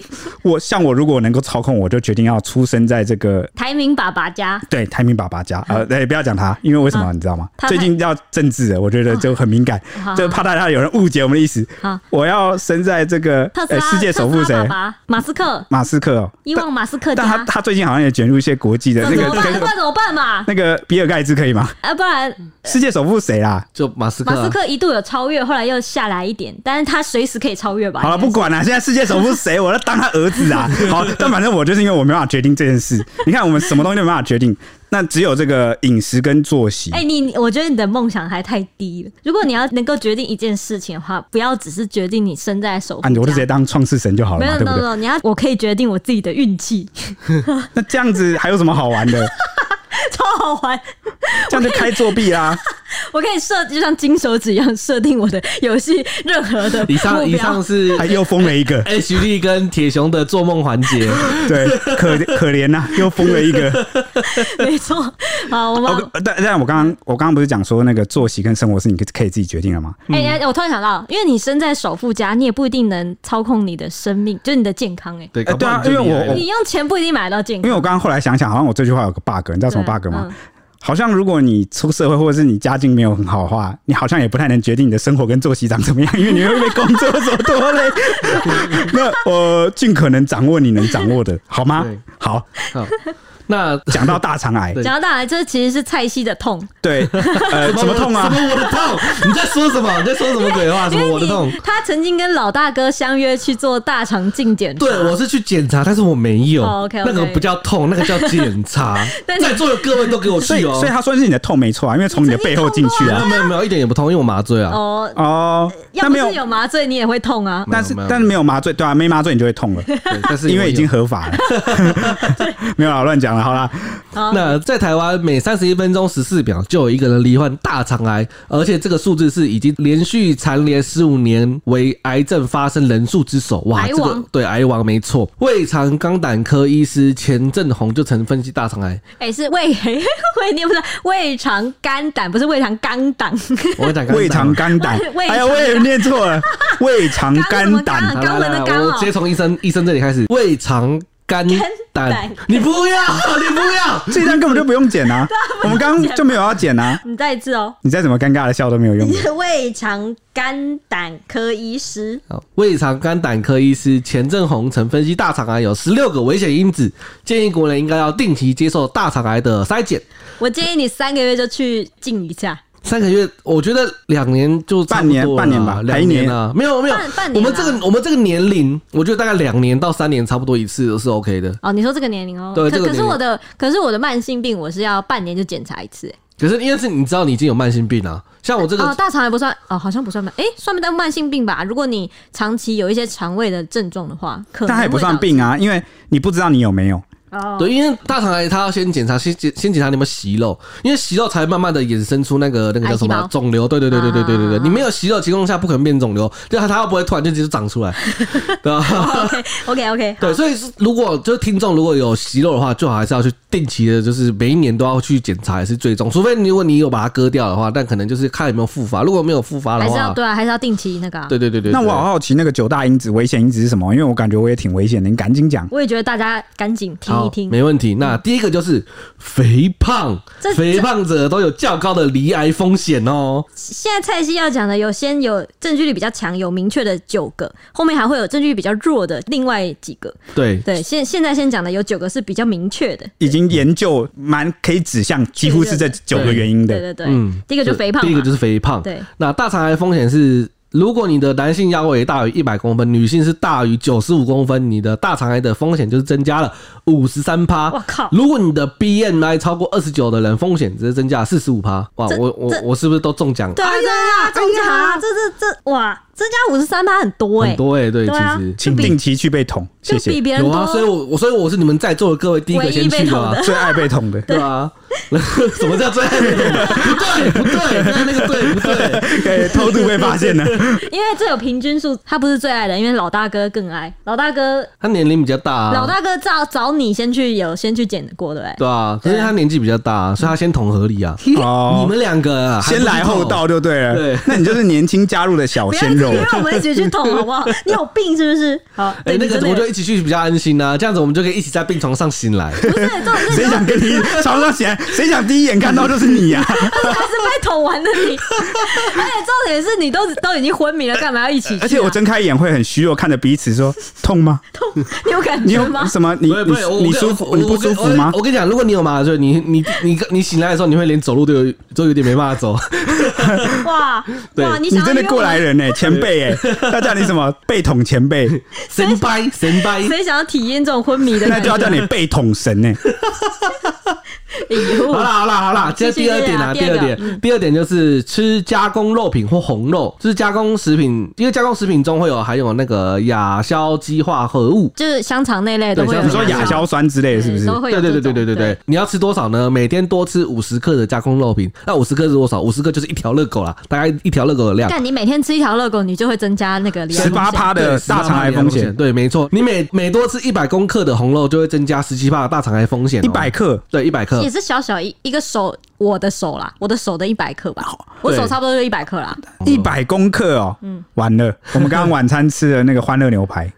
Speaker 1: 我像我如果能够操控，我就决定要出生在这个
Speaker 2: 台明爸爸家，
Speaker 1: 对台民爸爸家。呃，对，不要讲他，因为为什么
Speaker 2: 嗯啊
Speaker 1: 你知道吗？
Speaker 2: 他啊
Speaker 1: 最近要政治了，我觉得就很敏感
Speaker 2: 好，
Speaker 1: 就怕大家有人误解我们的意思
Speaker 2: 好。
Speaker 1: 我要生在这个
Speaker 2: 特斯
Speaker 1: 呃
Speaker 2: 拉
Speaker 1: 世界首富
Speaker 2: 特斯拉
Speaker 1: 谁？
Speaker 2: 爸爸马斯克，
Speaker 1: 马斯克哦。
Speaker 2: 伊
Speaker 1: 但
Speaker 2: 旺马斯克
Speaker 1: 但他
Speaker 2: 家，
Speaker 1: 他最近好像也卷入一些国际的
Speaker 2: 这
Speaker 1: 那
Speaker 2: 怎
Speaker 1: 个
Speaker 2: 么办？不然怎么办嘛？
Speaker 1: 那个比尔盖茨可 以吗？
Speaker 2: 啊，不然
Speaker 1: 世界首富谁啦？
Speaker 3: 就马斯克、
Speaker 2: 马斯
Speaker 3: 啊，
Speaker 2: 克一度有超越，后来又下来一点，但是他随时可以超越吧？
Speaker 1: 好了，不管了、现在世界首富是 谁，我要当他儿子啊！好，但反正我就是因为我没办法决定这件事。你看，我们什么东西都没办法决定，那只有这个饮食跟作息。
Speaker 2: 哎、你我觉得你的梦想还太低了。如果你要能够决定一件事情的话，不要只是决定你身在首
Speaker 1: 啊，
Speaker 2: 富
Speaker 1: 我
Speaker 2: 这
Speaker 1: 就直接
Speaker 2: 样。
Speaker 1: 当创世神就好了
Speaker 2: 没有
Speaker 1: 嘛，对不
Speaker 2: no
Speaker 1: 对？
Speaker 2: no，你要我可以决定我自己的运气，
Speaker 1: 那这样子还有什么好玩的？
Speaker 2: 超好玩！
Speaker 1: 这样就开作弊啦、
Speaker 2: 我可以设就像金手指一样设定我的游戏任何的
Speaker 3: 以
Speaker 2: 目
Speaker 3: 上以
Speaker 2: 标
Speaker 3: 上。是
Speaker 1: 还又封了 一个，
Speaker 3: H D 跟铁熊的做梦环节。
Speaker 1: 对，可可怜呐、又封了一个。
Speaker 2: 没错，好， 我们
Speaker 1: 哦，但但我刚刚我刚刚不是讲说那个作息跟生活是你可以自己决定的吗？
Speaker 2: 哎、哎我突然想到，因为你身在首富家，你也不一定能操控你的生命，就是你的健康、哎
Speaker 3: 对，
Speaker 1: 呃
Speaker 3: 搞不好
Speaker 1: 对啊因为我
Speaker 3: 你就厉害了
Speaker 2: 哎，你用钱不一定买得到健
Speaker 1: 因
Speaker 2: 康
Speaker 1: 为。我刚刚后来想想，好像我这句话有个 bug，你知道什么 bug 吗？
Speaker 2: 嗯
Speaker 1: 好像如果你出社会或者是你家境没有很好的话，你好像也不太能决定你的生活跟作息长怎么样，因为你会被工作所拖 累。那我尽可能掌握你能掌握的，好吗
Speaker 3: 对？
Speaker 1: 好，
Speaker 3: 好 那
Speaker 1: 讲到大肠癌，
Speaker 3: 对
Speaker 2: 讲到大来，这其实是菜西的痛，
Speaker 1: 对， 呃，怎么痛啊
Speaker 3: 什？么我的痛？你在说什么？你在说什么鬼话？什么我的痛？
Speaker 2: 他曾经跟老大哥相约去做大肠镜检查，
Speaker 3: 对，我是去检查，但是我没有。
Speaker 2: 哦，OK，OK
Speaker 3: 那个不叫痛，那个叫检查
Speaker 2: 但。你
Speaker 3: 在座的各位都给我
Speaker 1: 所以
Speaker 3: 去，哦
Speaker 1: 所以。他算是你的痛没错啊，因为从你的背后进去
Speaker 3: 没有
Speaker 1: 啊。
Speaker 3: 没有没有，一点也不痛，因为我麻醉啊。
Speaker 2: 哦，
Speaker 1: 哦，
Speaker 2: 要
Speaker 1: 那
Speaker 2: 不
Speaker 1: 没
Speaker 2: 是有麻醉，你也会痛啊。
Speaker 1: 但是
Speaker 3: 没有没有
Speaker 1: 但是没有麻醉，对啊，没麻醉你就会痛了，
Speaker 3: 对但是
Speaker 1: 因为已经
Speaker 3: 我
Speaker 1: 合法了。没有啦，乱讲了，好 啦，
Speaker 2: 好
Speaker 3: 那在台湾，每三十一分钟十四秒就有一个人罹患大肠癌，而且这个数字是已经连续蝉联十五年为癌症发生人数之首。哇，
Speaker 2: 癌
Speaker 3: 这个
Speaker 2: 王
Speaker 3: 对癌王没错。胃肠肛胆科医师钱正红就曾分析大肠癌，
Speaker 2: 哎、是胃 胃念不是胃肠肝胆，不是胃肠肝胆，，
Speaker 3: 我会讲肛胆
Speaker 1: 胃肠肝胆
Speaker 2: 胃
Speaker 1: 哎呀，我也念 错了，胃肠肝
Speaker 2: 肝什
Speaker 1: 胆
Speaker 2: 么肝，肛
Speaker 3: 好啦
Speaker 2: 门的
Speaker 3: 来
Speaker 2: 肛
Speaker 3: 我
Speaker 2: 哦
Speaker 3: 直接从医生医生这里开始，胃肠肝
Speaker 2: 肝
Speaker 3: 胆
Speaker 2: 胆，
Speaker 3: 你不要，你不要。
Speaker 1: 这一段根本就不用剪 啊，我们刚刚就没有要剪啊，
Speaker 2: 你再一次哦，
Speaker 1: 你再怎么尴尬的笑都没有 用
Speaker 2: 你。是胃肠肝胆科医师，
Speaker 3: 好胃肠肝胆科医师钱正红曾分析大肠癌有十六个危险因子，建议国人应该要定期接受大肠癌的筛检。
Speaker 2: 我建议你三个月就去进一下，
Speaker 3: 三个月，我觉得两年就差不多了啦
Speaker 1: 半年半年吧还一
Speaker 3: 两
Speaker 1: 年
Speaker 3: 年啊，没有没有
Speaker 2: 半，半
Speaker 3: 我
Speaker 2: 年啊
Speaker 3: 们这个我们这个年龄，我觉得大概两年到三年差不多一次都是 OK 的。
Speaker 2: 哦，你说这个年龄哦，
Speaker 3: 对
Speaker 2: 可
Speaker 3: 这个
Speaker 2: 可是
Speaker 3: 年龄
Speaker 2: 我的可是我的慢性病，我是要半年就检查一次，
Speaker 3: 可是因为是你知道你已经有慢性病啊，像我这
Speaker 2: 哦，
Speaker 3: 个
Speaker 2: 大肠癌不算哦，好像不算慢，哎、算不算慢性病吧？如果你长期有一些肠胃的症状的话，可能
Speaker 1: 但它也不算病啊，因为你不知道你有没有。
Speaker 2: 会导致哦。
Speaker 3: 对，因为大肠癌它要先检查，先检先检查你有没有息肉，因为息肉才慢慢的衍生出那个那个叫什
Speaker 2: 癌细
Speaker 3: 么
Speaker 2: 胞
Speaker 3: 肿瘤。对对对对对对对对，
Speaker 2: 啊
Speaker 3: 你没有息肉的情况下不可能变肿瘤，就它它又不会突然就直接长 出来，对吧？
Speaker 2: OK OK OK，
Speaker 3: 对，所以是如果就是听众如果有息肉的话，最好还是要去定期的，就是每一年都要去检查，也是最终。除非你如果你有把它割掉的话，但可能就是看有没有复发。如果没有复发的
Speaker 2: 还是要
Speaker 3: 话，
Speaker 2: 对啊，还是要定期那个、啊。
Speaker 3: 对对对对。
Speaker 1: 那我
Speaker 3: 对
Speaker 1: 好好奇那个九大因子、危险因子是什么？因为我感觉我也挺危险的，你赶紧讲。
Speaker 2: 我也觉得大家赶紧听一
Speaker 3: 好
Speaker 2: 听。
Speaker 3: 没问题。那第一个就是肥 胖
Speaker 2: 这，
Speaker 3: 肥胖者都有较高的罹癌风险哦。
Speaker 2: 现在蔡西要讲的有先有证据力比较强、有明确的九个，后面还会有证据力比较弱的另外几个。
Speaker 3: 对，
Speaker 2: 对，现现在先讲的有九个是比较明确的。
Speaker 1: 已经研究蛮可以指向几乎是这九个原因
Speaker 2: 对
Speaker 1: 的。
Speaker 2: 对对，
Speaker 3: 嗯
Speaker 2: 第一个就肥胖嘛，
Speaker 3: 第一个就是肥胖。
Speaker 2: 对
Speaker 3: 那大肠癌风险是，如果你的男性腰围大于一百公分，女性是大于九十五公分，你的大肠癌的风险就是增加了五十三趴。
Speaker 2: 哇靠
Speaker 3: 啊如果你的 BMI 超过二十九的人，风险只是增加四十五趴。哇，
Speaker 2: 这
Speaker 3: 我我
Speaker 2: 这
Speaker 3: 我是不是都中奖？
Speaker 2: 对啊对啊，增加啊这这这哇，增加五十三趴很多哎、
Speaker 3: 很多哎、欸，对，
Speaker 2: 对啊
Speaker 3: 其实。
Speaker 1: 请定期去被捅，谢
Speaker 2: 就比
Speaker 1: 谢。
Speaker 2: 别人
Speaker 3: 有
Speaker 2: 多。
Speaker 3: 啊，所以我我所以我是你们在座的各位第一个
Speaker 2: 唯一
Speaker 3: 先
Speaker 2: 被
Speaker 3: 去
Speaker 2: 捅
Speaker 3: 啊
Speaker 2: 的，
Speaker 1: 最爱被捅的，
Speaker 3: 对啊，什么叫最爱被捅？不对不对，刚才那个对不对？
Speaker 1: 对，偷渡被发现 了。
Speaker 2: 因为这有平均数，他不是最爱的，因为老大哥更爱。老大哥，
Speaker 3: 他年龄比较大、啊，
Speaker 2: 老大哥找找你先去有先去检过，对不对？
Speaker 3: 对啊，可是他年纪比较大、所以他先捅合理啊。
Speaker 1: 哦
Speaker 3: 你们两个啊，
Speaker 1: 先来后到就对了。
Speaker 3: 对
Speaker 1: 那你就是年轻加入的小
Speaker 2: 不要
Speaker 1: 鲜
Speaker 2: 一直
Speaker 1: 肉。
Speaker 2: 约我们一起去捅好不好？你有病是不是？好，
Speaker 3: 还
Speaker 2: 对，
Speaker 3: 不
Speaker 2: 你
Speaker 3: 去捅。
Speaker 2: 真
Speaker 3: 哎、
Speaker 2: 的
Speaker 3: 那个我
Speaker 2: 有
Speaker 3: 就一起去比较安心啊，这样子我们就可以一起在病床上醒来。
Speaker 2: 不是重点是
Speaker 1: 谁想跟你床上显？谁想第一眼看到就是你啊呀、
Speaker 2: 他还是被捅完的你， 而且重点是你都都已经昏迷了，干嘛要一起去啊、
Speaker 1: 而且我睁开眼会很虚弱，看着彼此说痛 吗？
Speaker 2: 你有感
Speaker 1: 你
Speaker 2: 觉
Speaker 1: 有
Speaker 2: 吗？
Speaker 1: 什么？ 你
Speaker 3: 不是我
Speaker 1: 你你舒
Speaker 3: 我
Speaker 1: 服？
Speaker 3: 跟
Speaker 1: 你不舒服吗
Speaker 3: 我跟？我跟你讲，如果你有麻醉，你你你你醒来的时候，你会连走路都有都有点没办法 走。
Speaker 2: 哇
Speaker 3: 对
Speaker 2: 哇，你
Speaker 1: 你
Speaker 2: 想要
Speaker 1: 真的
Speaker 2: 约我
Speaker 1: 过来人呢、前辈哎、 他叫你什么？被捅前 辈，
Speaker 3: 神掰神掰，
Speaker 2: 谁想要体验这种昏迷的
Speaker 1: 那
Speaker 2: 感
Speaker 1: 就
Speaker 2: 觉？
Speaker 1: 要叫你被捅神 欸呢、
Speaker 2: 哎呦
Speaker 3: 好啦好啦好啦，
Speaker 2: 继
Speaker 3: 这
Speaker 2: 续
Speaker 3: 第二点啊，
Speaker 2: 继续
Speaker 3: 第
Speaker 2: 啊
Speaker 3: 二
Speaker 2: 第二个
Speaker 3: 点，第二点就是吃加工肉品或红肉，就是加工食品，因为加工食品中会有含有那个亚硝基化合物。
Speaker 2: 就是香肠那类都会有，
Speaker 3: 对
Speaker 1: 你说亚硝酸之类的，是不
Speaker 2: 啊
Speaker 1: 是
Speaker 2: 对？都会有
Speaker 3: 对
Speaker 2: 这
Speaker 3: 对对
Speaker 2: 种
Speaker 3: 对对对对，你要吃多少呢？每天多吃五十克的加工肉品，那五十克是多少？五十克就是一条热狗啦，大概一条热狗的
Speaker 1: 啊
Speaker 3: 量。
Speaker 2: 但你每天吃一条热狗，你就会增加那个罹癌
Speaker 1: 十八
Speaker 2: 风险
Speaker 1: 趴的大肠癌风险，
Speaker 3: 对，没错，你每每多吃一百公克的红肉，就会增加十七帕的大肠癌风险、哦
Speaker 1: 一百，克，
Speaker 3: 对，一百克
Speaker 2: 也，是小小一一个手，我的手啦，我的手的一百克吧，我手差不多就一百克啦。
Speaker 3: 哦
Speaker 1: 一百公克哦，
Speaker 2: 嗯
Speaker 1: 完了，我们刚刚晚餐吃的那个欢乐牛排，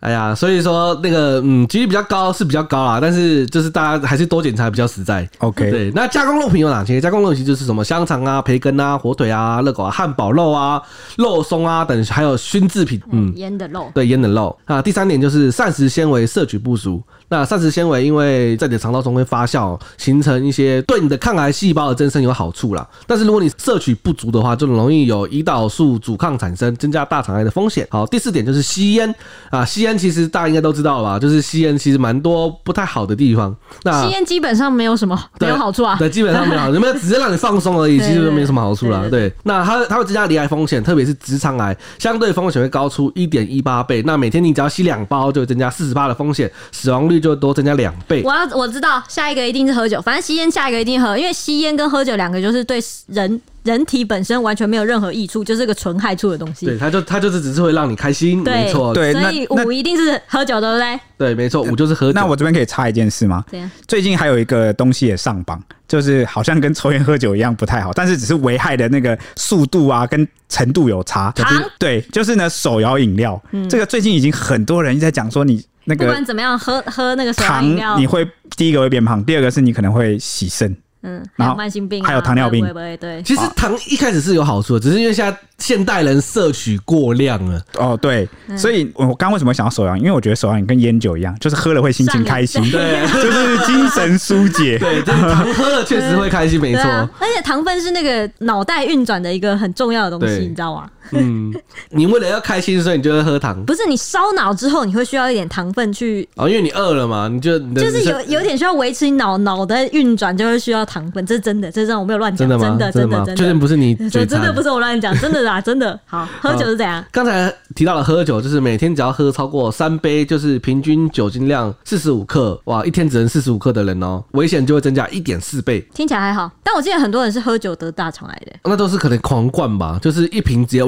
Speaker 3: 哎呀，所以说那个嗯，几率比较高是比较高啦，但是就是大家还是多检查比较实在。
Speaker 1: OK
Speaker 3: 对，那加工肉品有哪些？加工肉品就是什么香肠啊、培根啊、火腿啊、热狗啊、汉堡肉啊、肉松啊等，还有熏制品。嗯，
Speaker 2: 腌的肉，
Speaker 3: 对，腌的肉。那第三点就是膳食纤维摄取不足。那膳食纤维因为在你的肠道中会发酵，形成一些对你的抗癌细细胞的增生有好处啦。但是如果你摄取不足的话，就容易有胰岛素阻抗产生，增加大肠癌的风险。好，第四点就是吸烟啊，吸烟其实大家应该都知道了吧，就是吸烟其实蛮多不太好的地方。那
Speaker 2: 吸烟基本上没有什么没
Speaker 3: 对
Speaker 2: 有好处啊。
Speaker 3: 对，基本上没有 好处，没有只是让你放松而已，
Speaker 2: 对
Speaker 3: 其实没什么好处啦。
Speaker 2: 对
Speaker 3: 对，那它它会增加罹癌风险，特别是直肠癌，相对风险会高出一点一八倍。那每天你只要吸两包，就会增加四十八的风险，死亡率就多增加两倍。
Speaker 2: 我要我知道下一个一定是喝酒，反正吸烟下一个一定喝，因为吸烟跟喝酒两个就是对人人体本身完全没有任何益处，就是个纯害处的东西
Speaker 3: 对，。它就它就是只是会让你开心，
Speaker 2: 对
Speaker 3: 没错，
Speaker 1: 对
Speaker 2: 所以
Speaker 1: 那那
Speaker 2: 五一定是喝酒，对不对？
Speaker 3: 对，没错，五就是喝酒。
Speaker 1: 那我这边可以插一件事吗？
Speaker 2: 这样
Speaker 1: 最近还有一个东西也上榜，就是好像跟抽烟喝酒一样不太好，但是只是危害的那个速度啊跟程度有差。
Speaker 2: 糖嗯
Speaker 1: 对，就是呢手摇饮料，这个最近已经很多人一直在讲说你那
Speaker 2: 不管
Speaker 1: 个
Speaker 2: 怎么样，喝喝那个手摇
Speaker 1: 糖
Speaker 2: 饮料
Speaker 1: 你，会第一个会变胖，第二个是你可能会洗肾。
Speaker 2: 嗯，还
Speaker 1: 然
Speaker 2: 有
Speaker 1: 后
Speaker 2: 慢性病啊，
Speaker 1: 还有糖尿病
Speaker 2: 会不会对？
Speaker 3: 其实糖一开始是有好处的，只是因为现在现代人摄取过量 了，
Speaker 2: 嗯
Speaker 1: 哦，对，所以我刚为什么想要手摇饮？因为我觉得手摇饮跟烟酒一样，就是喝了会心情开心，
Speaker 3: 对
Speaker 1: 就是精神疏解。
Speaker 3: 对，这个糖喝了确实会开心，没
Speaker 2: 对
Speaker 3: 错。
Speaker 2: 啊，而且糖分是那个脑袋运转的一个很重要的东西，
Speaker 3: 对
Speaker 2: 你知道吗？
Speaker 3: 嗯，你为了要开心，所以你就会喝糖
Speaker 2: 不是你烧脑之后，你会需要一点糖分去，
Speaker 3: 哦，因为你饿了嘛，你就你的
Speaker 2: 就是
Speaker 3: 你
Speaker 2: 有有点需要维持你脑脑的运转，就会需要糖分，这是真的，这让我没有乱讲，
Speaker 3: 真的吗？
Speaker 2: 真的真
Speaker 3: 真的
Speaker 2: 的
Speaker 3: 吗？
Speaker 2: 真
Speaker 3: 确定
Speaker 2: 的，
Speaker 3: 不是你
Speaker 2: 这
Speaker 3: 嘴馋
Speaker 2: 真的不是我乱 讲，真的啦，真的。好，喝酒是怎样？
Speaker 3: 刚才提到了喝酒，就是每天只要喝超过三杯，就是平均酒精量四十五克，哇，一天只能四十五克的人哦，危险就会增加一点四倍。
Speaker 2: 听起来还好，但我记得很多人是喝酒得大肠癌的、
Speaker 3: 那都是可能狂灌吧，就是一瓶直接，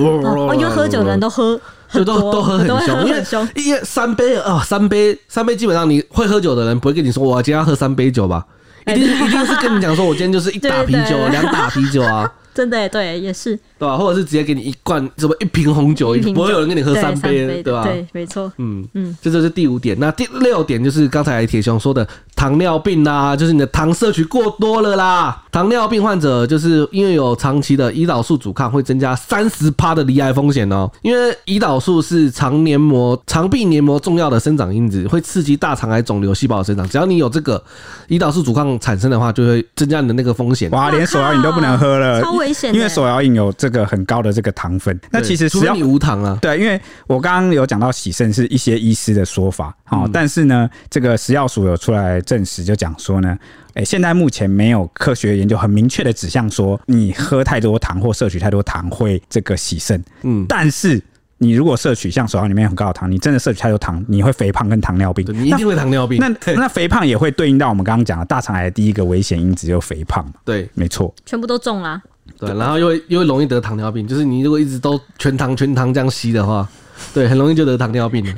Speaker 2: 哦，因为喝酒的人都喝
Speaker 3: 哦就
Speaker 2: 很
Speaker 3: 都
Speaker 2: 多，
Speaker 3: 都喝很
Speaker 2: 都会
Speaker 3: 凶，因为
Speaker 2: 很凶。
Speaker 3: 因为三杯啊、三杯三杯基本上你会喝酒的人不会跟你说我今天要喝三杯酒吧，一定是一定是跟你讲说我今天就是一打啤酒
Speaker 2: 哎对对对
Speaker 3: 两打啤酒啊，
Speaker 2: 真的耶对，也是
Speaker 3: 对吧、或者是直接给你一罐什么一瓶红酒，
Speaker 2: 一瓶
Speaker 3: 不会有人跟你喝
Speaker 2: 对
Speaker 3: 三
Speaker 2: 三
Speaker 3: 杯，
Speaker 2: 杯的
Speaker 3: 对吧、
Speaker 2: 对，没错。
Speaker 3: 嗯
Speaker 2: 嗯
Speaker 3: 嗯，这就是第五点。那第六点就是刚才铁雄说的糖尿病啦、就是你的糖摄取过多了啦。糖尿病患者就是因为有长期的胰岛素阻抗，会增加三十趴的罹癌风险哦。因为胰岛素是肠黏膜、肠壁黏膜重要的生长因子，会刺激大肠癌肿瘤细胞的生长。只要你有这个胰岛素阻抗产生的话，就会增加你的那个风险。
Speaker 1: 哇，连手摇饮都不能喝了，
Speaker 2: 超危险的
Speaker 1: 呃因为手摇饮有这个很高的这个糖分。那
Speaker 3: 对
Speaker 1: 其实
Speaker 3: 除
Speaker 1: 只
Speaker 3: 非
Speaker 1: 要
Speaker 3: 你无糖啊，
Speaker 1: 对，因为我刚刚有讲到洗肾是一些医师的说法，好、
Speaker 3: 嗯
Speaker 1: 但是呢，这个食药署有出来证实，就讲说呢，诶，现在目前没有科学研究很明确的指向说你喝太多糖或摄取太多糖会这个洗肾，
Speaker 3: 嗯，
Speaker 1: 但是你如果摄取像手摇里面有很高的糖，你真的摄取太多糖，你会肥胖跟糖尿病
Speaker 3: 对，。你一定会糖尿病。
Speaker 1: 那那那肥胖也会对应到我们刚刚讲的大肠癌的第一个危险因子，就是肥胖嘛，
Speaker 3: 对，
Speaker 1: 没错。
Speaker 2: 全部都中啦，
Speaker 3: 对，然后又会又会容易得糖尿病，就是你如果一直都全糖全糖这样吸的话，对，很容易就得糖尿病了。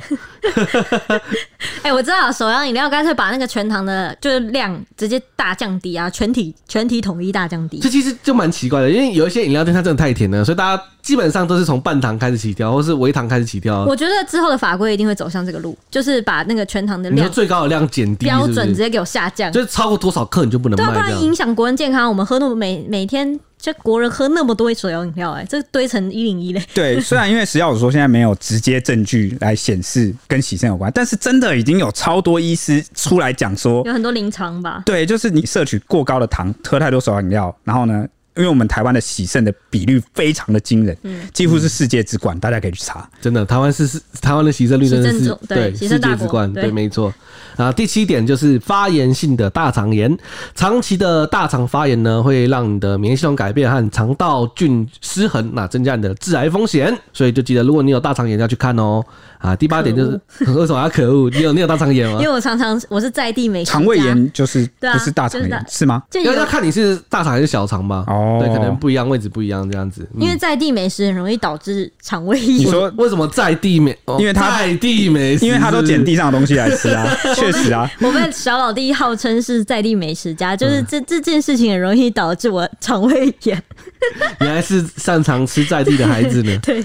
Speaker 2: 哎、我知道手摇饮料干脆把那个全糖的，就是量直接大降低啊，全体全体统一大降低
Speaker 3: 这。其实就蛮奇怪的，因为有一些饮料店它真的太甜了，所以大家基本上都是从半糖开始起跳，或是微糖开始起跳。
Speaker 2: 我觉得之后的法规一定会走向这个路，就是把那个全糖的
Speaker 3: 你说
Speaker 2: 量
Speaker 3: 最高的量减低是
Speaker 2: 标
Speaker 3: 不是
Speaker 2: 准直接给我下降，
Speaker 3: 就是超过多少克你就不能
Speaker 2: 对啊，不
Speaker 3: 卖这
Speaker 2: 然
Speaker 3: 样。
Speaker 2: 影响国人健康。我们喝那么每每天，这国人喝那么多手摇饮料、哎，这堆成一零一嘞。
Speaker 1: 对，虽然因为食药署说现在没有直接证据来显示跟洗肾有关，但是真的已经有超多医师出来讲说，
Speaker 2: 有很多临床吧，
Speaker 1: 对，就是你摄取过高的糖，喝太多手摇饮料，然后呢，因为我们台湾的洗肾的比率非常的惊人，
Speaker 2: 嗯
Speaker 1: 几乎是世界之冠，大家可以去查。
Speaker 3: 真的，台湾是是台湾的洗肾率真的
Speaker 2: 洗
Speaker 3: 是
Speaker 2: 肾中对洗
Speaker 3: 世
Speaker 2: 肾大
Speaker 3: 界
Speaker 2: 国
Speaker 3: 之冠，
Speaker 2: 对
Speaker 3: 对，没错。啊，第七点就是发炎性的大肠炎，长期的大肠发炎呢，会让你的免疫系统改变和肠道菌失衡，那增加你的致癌风险。所以就记得，如果你有大肠炎要去看哦。啊，第八点就是为什么要可恶？你有你有大肠炎吗
Speaker 2: 因为？我常常我是在地美食家
Speaker 1: 肠胃炎就是
Speaker 2: 对啊
Speaker 1: 不是大肠炎、
Speaker 2: 就是大
Speaker 1: 是吗？
Speaker 2: 就
Speaker 3: 要
Speaker 2: 有
Speaker 3: 要看你是大肠还是小肠吧。
Speaker 1: 哦
Speaker 3: 对，可能不一样，位置不一样这样子。嗯
Speaker 2: 因为在地美食很容易导致肠胃
Speaker 1: 你
Speaker 2: 炎。
Speaker 1: 说，
Speaker 3: 为什么在地美？哦
Speaker 1: 因为它
Speaker 3: 在地美食，
Speaker 1: 因为他都
Speaker 3: 是不是
Speaker 1: 捡地上的东西来吃啊，确实啊。
Speaker 2: 我被小老弟号称是在地美食家，就是这这件事情很容易导致我肠胃炎。
Speaker 3: 原来是擅长吃在地的孩子呢。
Speaker 2: 对，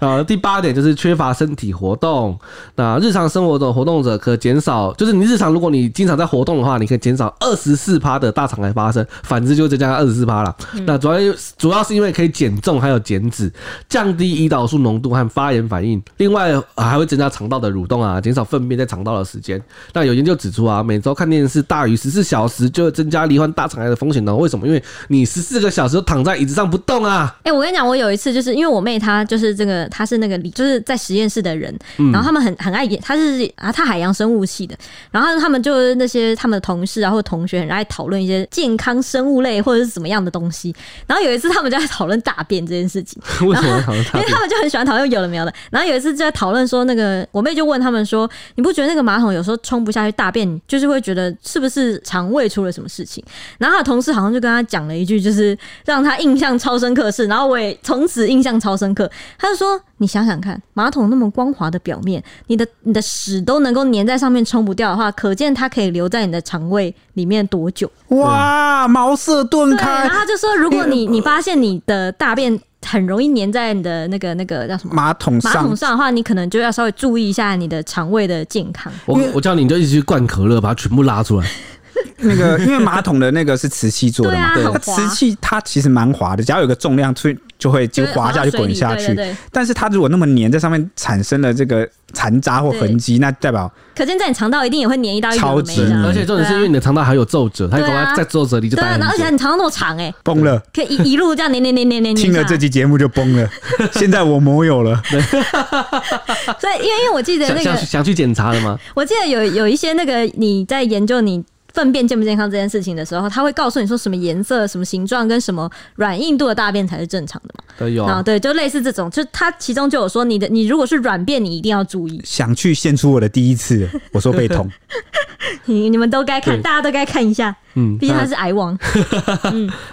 Speaker 3: 呃，第八点就是缺乏身体活动。那日常生活中活动者可减少，就是你日常如果你经常在活动的话，你可以减少二十四趴的大肠癌发生，反之就增加二十四趴了。那主要主要是因为可以减重，还有减脂，降低胰岛素浓度和发炎反应。另外呃还会增加肠道的蠕动啊，减少粪便在肠道的时间。那有研究指出啊，每周看电视大于十四小时就会增加罹患大肠癌的风险哦呢。为什么？因为你十四个小时都躺在椅子上不动啊。
Speaker 2: 哎、我跟你讲，我有一次就是因为我妹她就是这个，她是那个理就是在实验室的人，然后他们很很爱研，她是啊，她海洋生物系的，然后他们就是那些他们的同事啊或者同学很爱讨论一些健康生物类或者是怎么样的东西，然后有一次他们就在讨论大便这件事情，
Speaker 3: 为什么躺在
Speaker 2: 因
Speaker 3: 那
Speaker 2: 为
Speaker 3: 边
Speaker 2: 他们就很喜欢讨论有的没有的。然后有一次就在讨论说，那个我妹就问他们说：“你不觉得那个马桶有时候冲不下去大便，就是会觉得是不是肠胃出了什么事情？”然后他的同事好像就跟他讲了一句，就是让他印象超深刻的事。然后我也从此印象超深刻。他就说：“你想想看，马桶那么光滑的表面，你的你的屎都能够粘在上面冲不掉的话，可见它可以留在你的肠胃里面多久？”
Speaker 1: 哇，茅塞顿
Speaker 2: 啊对，啊然
Speaker 1: 开
Speaker 2: 后，他就说，如果你你发现你的大便很容易粘在你的那个那个叫什么？
Speaker 1: 马桶
Speaker 2: 马
Speaker 1: 上
Speaker 2: 桶上的话，你可能就要稍微注意一下你的肠胃的健康。
Speaker 3: 我我叫你，你就一直去灌可乐，把它全部拉出来。
Speaker 1: 那个，因为马桶的那个是瓷器做的嘛，
Speaker 2: 对啊很
Speaker 1: 它
Speaker 2: 滑
Speaker 1: 瓷器它其实蛮滑的，只要有个重量出就会就滑下去
Speaker 2: 就是
Speaker 1: 滚下
Speaker 2: 滑到水
Speaker 1: 去
Speaker 2: 里对对对。
Speaker 1: 但是它如果那么粘在上面，产生了这个残渣或痕迹，那代表
Speaker 2: 可见在你肠道一定也会粘一道一
Speaker 1: 超
Speaker 2: 有的没
Speaker 1: 级
Speaker 2: 的啊。
Speaker 3: 而且重点是因为你的肠道还有皱褶，它有可
Speaker 2: 对
Speaker 3: 能
Speaker 2: 啊
Speaker 3: 在皱褶里就
Speaker 2: 对
Speaker 3: 待
Speaker 2: 啊，然后而
Speaker 3: 很久
Speaker 2: 且。你肠道那么长哎、
Speaker 1: 崩了。
Speaker 2: 可以一一路这样粘粘粘粘粘粘
Speaker 1: 听
Speaker 2: 下
Speaker 1: 了
Speaker 2: 来。
Speaker 1: 这期节目就崩了，现在我没有了。
Speaker 2: 所以因为因为我记得
Speaker 3: 想
Speaker 2: 那
Speaker 3: 想
Speaker 2: 个
Speaker 3: 去，想去检查了吗？
Speaker 2: 我记得有有一些那个你在研究你。粪便健不健康这件事情的时候，他会告诉你说什么颜色、什么形状跟什么软硬度的大便才是正常的嘛？
Speaker 3: 都有
Speaker 2: 啊，对，就类似这种，就他其中就有说，你的你如果是软便，你一定要注意。
Speaker 1: 想去献出我的第一次，我说被捅。
Speaker 2: 你你们都该看，
Speaker 3: 对
Speaker 2: 大家都该看一下，
Speaker 3: 嗯
Speaker 2: 毕竟他是癌王。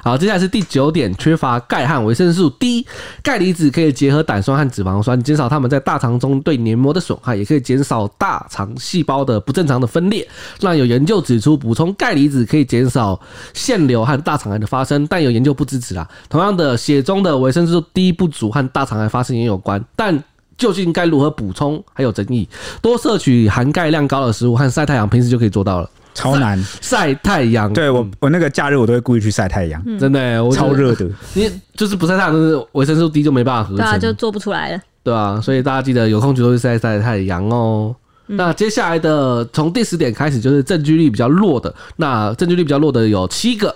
Speaker 3: 好，接下来是第九点，缺乏钙和维生素 D。钙离子可以结合胆酸和脂肪酸，减少它们在大肠中对黏膜的损害，也可以减少大肠细胞的不正常的分裂。那有研究指出，补充钙离子可以减少腺瘤和大肠癌的发生，但有研究不支持啦。同样的，血中的维生素 D 不足和大肠癌发生也有关，但究竟该如何补充还有争议。多摄取含钙量高的食物和晒太阳，平时就可以做到了。
Speaker 1: 超难。
Speaker 3: 晒太阳，
Speaker 1: 对我，我那个假日我都会故意去晒太阳，
Speaker 3: 真的、欸，我
Speaker 1: 超热的。
Speaker 3: 你就是不晒太阳，就是维生素 D 就没办法合
Speaker 2: 对
Speaker 3: 成，
Speaker 2: 啊，就做不出来了。
Speaker 3: 对啊，所以大家记得有空就多去晒晒太阳
Speaker 2: 嗯
Speaker 3: 哦。那接下来的从第十点开始就是证据力比较弱的，那证据力比较弱的有七个。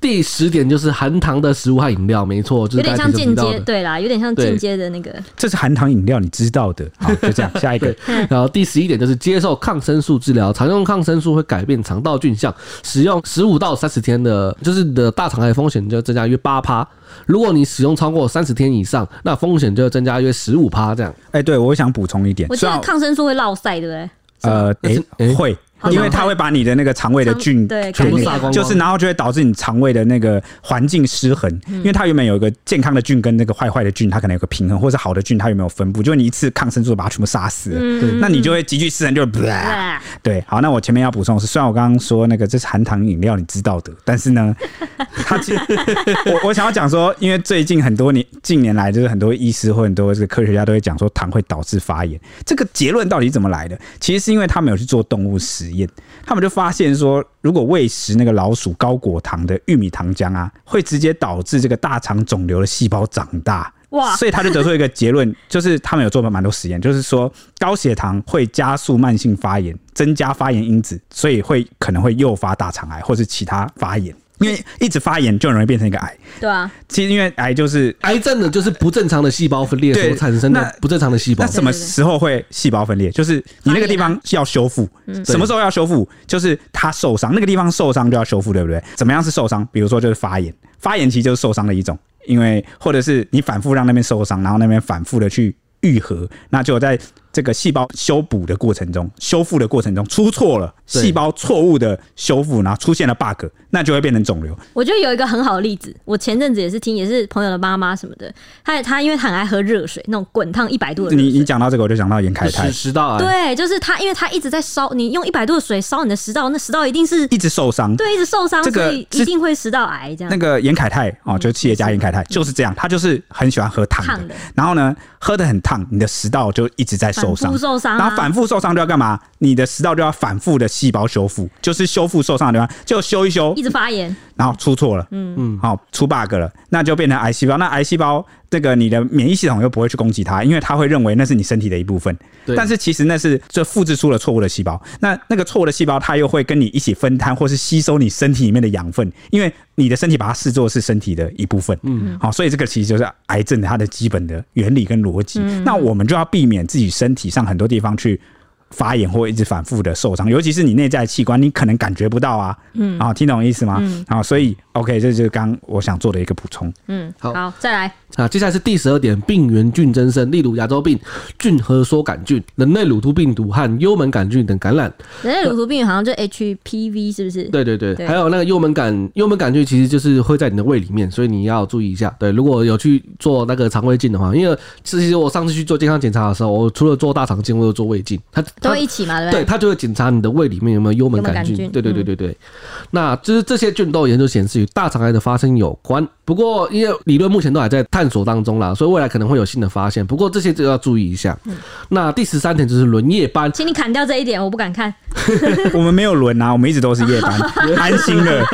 Speaker 3: 第十点就是含糖的食物和饮料，没错，就
Speaker 2: 有
Speaker 3: 是
Speaker 2: 点
Speaker 3: 刚才
Speaker 2: 像
Speaker 3: 提
Speaker 2: 间
Speaker 3: 到
Speaker 2: 接，
Speaker 3: 的。
Speaker 2: 对啦，有点像
Speaker 3: 对
Speaker 2: 间接的那个。
Speaker 1: 这是含糖饮料，你知道的。好，就这样，下一个
Speaker 3: 对。，然后第十一点就是接受抗生素治疗，常用抗生素会改变肠道菌相，使用十五到三十天的，就是你的大肠癌风险就增加约八趴。如果你使用超过三十天以上，那风险就增加约十五趴这样。
Speaker 1: 哎、对我想补充一点
Speaker 2: 我，记
Speaker 1: 虽
Speaker 2: 得
Speaker 1: 然
Speaker 2: 抗生素会落塞，对不对？
Speaker 1: 呃，哎、
Speaker 3: 但是哎
Speaker 1: 会
Speaker 2: 好。像
Speaker 1: 因为它会把你的那个肠胃的
Speaker 2: 肠
Speaker 1: 菌
Speaker 2: 对
Speaker 1: 给
Speaker 2: 全部
Speaker 1: 你
Speaker 3: 杀光光
Speaker 1: 就是然后就会导致你肠胃的那个环境失衡，因为它原本有一个健康的菌跟那个坏坏的菌，它可能有个平衡，或是好的菌它有没有分布，就是你一次抗生素把它全部杀死了，
Speaker 2: 嗯
Speaker 1: 那你就会急剧失衡，就
Speaker 2: 啊
Speaker 1: 对，好，那我前面要补充的是，虽然我刚刚说那个这是含糖饮料，你知道的，但是呢，它其实我我想要讲说，因为最近很多年近年来，就是很多医师或很多这个科学家都会讲说糖会导致发炎，这个结论到底是怎么来的？其实是因为他们有去做动物实验，他们就发现说，如果喂食那个老鼠高果糖的玉米糖浆啊，会直接导致这个大肠肿瘤的细胞长大。
Speaker 2: 哇
Speaker 1: 所以他就得出一个结论，就是他们有做蛮多实验，就是说高血糖会加速慢性发炎，增加发炎因子，所以会可能会诱发大肠癌或是其他发炎，因为一直发炎就很容易变成一个癌。
Speaker 2: 对啊，
Speaker 1: 其实因为癌就是
Speaker 3: 癌症的就是不正常的细胞分裂
Speaker 1: 对
Speaker 3: 所产生
Speaker 1: 那
Speaker 3: 的不正常的细胞
Speaker 1: 那。什么时候会细胞分裂？就是你那个地方要修复，什么时候要修复？就是它受伤，那个地方受伤就要修复，对不对？怎么样是受伤？比如说就是发炎，发炎其实就是受伤的一种，因为或者是你反复让那边受伤，然后那边反复的去愈合，那就在这个细胞修补的过程中、修复的过程中出错了，
Speaker 3: 对
Speaker 1: 细胞错误的修复，然后出现了 bug，那就会变成肿瘤。
Speaker 2: 我觉得有一个很好的例子，我前阵子也是听，也是朋友的妈妈什么的，她她因为她很爱喝热水，那种滚烫一百度的热
Speaker 1: 你
Speaker 2: 水
Speaker 1: 你。讲到这个，我就想到严凯泰
Speaker 3: 食食道癌，
Speaker 2: 对，就是她，因为她一直在烧，你用一百度的水烧你的食道，那食道一定是
Speaker 1: 一直受伤。
Speaker 2: 对一直受伤，
Speaker 1: 这个
Speaker 2: 所以一
Speaker 1: 是
Speaker 2: 定会食道癌这样嗯
Speaker 1: 那。个严凯泰哦，就是企业家严凯泰，就是这样，他就是很喜欢喝烫
Speaker 2: 烫
Speaker 1: 的
Speaker 2: 的，
Speaker 1: 然后呢，喝的很烫，你的食道就一直在
Speaker 2: 反
Speaker 1: 受伤
Speaker 2: 复，受伤、啊，
Speaker 1: 然后反复受伤就要干嘛？你的食道就要反复的细胞修复，就是修复受伤的地方，就修一修
Speaker 2: 一，直发炎，
Speaker 1: 然后出错了，嗯嗯，好、出 bug 了，那就变成癌细胞。那癌细胞这个你的免疫系统又不会去攻击它，因为它会认为那是你身体的一部分。
Speaker 3: 对
Speaker 1: 但是其实那是这复制出了错误的细胞，那那个错误的细胞它又会跟你一起分摊或是吸收你身体里面的养分，因为你的身体把它视作是身体的一部分。嗯，好、所以这个其实就是癌症它的基本的原理跟逻辑。那我们就要避免自己身体上很多地方去。发炎或一直反复的受伤，尤其是你内在的器官，你可能感觉不到啊。嗯，啊，听懂意思吗？嗯，啊，所以 OK，这就是刚我想做的一个补充。
Speaker 2: 嗯，
Speaker 3: 好
Speaker 2: 再来，
Speaker 3: 啊，接下来是第十二点，病原菌增生，例如牙周病、菌核梭杆菌、人类乳突病毒和幽门杆菌等感染。
Speaker 2: 人类乳头病好像就 HPV 是不是？
Speaker 3: 对对对，
Speaker 2: 对
Speaker 3: 还有那个幽门杆，幽门杆菌其实就是会在你的胃里面，所以你要注意一下。对，如果有去做那个肠胃镜的话，因为其实我上次去做健康检查的时候，我除了做大肠镜，我有做胃镜，它
Speaker 2: 都
Speaker 3: 它
Speaker 2: 会一起嘛，对不
Speaker 3: 对，
Speaker 2: 对？
Speaker 3: 它就会检查你的胃里面有没有幽门杆
Speaker 2: 幽门杆
Speaker 3: 菌。
Speaker 2: 菌嗯
Speaker 3: 对对对对对，那就是这些菌都有研究显示与大肠癌的发生有关。不过，因为理论目前都还在探索当中啦，所以未来可能会有新的发现。不过这些就要注意一下。
Speaker 2: 嗯
Speaker 3: 那第十三点就是轮夜班，
Speaker 2: 请你砍掉这一点，我不敢看。
Speaker 1: 我们没有轮啊，我们一直都是夜 班，安心了，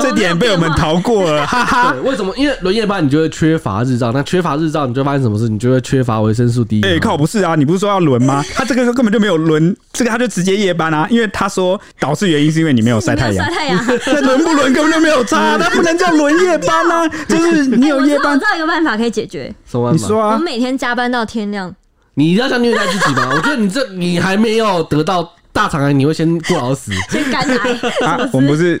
Speaker 1: 这点被我们逃过了，哈哈。
Speaker 3: 对，为什么？因为轮夜班你就会缺乏日照，那缺乏日照，你就会发现什么事？你就会缺乏维生素 D 嘛。
Speaker 1: 哎、靠，不是啊，你不是说要轮吗？他这个根本就没有轮，这个他就直接夜班啊，因为他说导致原因是因为你没有晒
Speaker 2: 没
Speaker 1: 太
Speaker 2: 有
Speaker 1: 阳
Speaker 2: 晒。太阳。
Speaker 1: 那轮不轮根本就没有差，他不能叫轮夜班 啊，就是 你有
Speaker 2: 哎我知
Speaker 1: 夜
Speaker 2: 道我
Speaker 1: 班
Speaker 2: 知，道一个办法可以解决，
Speaker 3: 什么办
Speaker 1: 你
Speaker 3: 法？
Speaker 1: 说
Speaker 2: 我
Speaker 1: 啊，
Speaker 2: 每天加班到天亮。
Speaker 3: 你要像虐待自己吗？我觉得你这你还没有得到大肠癌，你会先过 劳死。
Speaker 2: 先肝 癌。
Speaker 1: 啊，我们不是，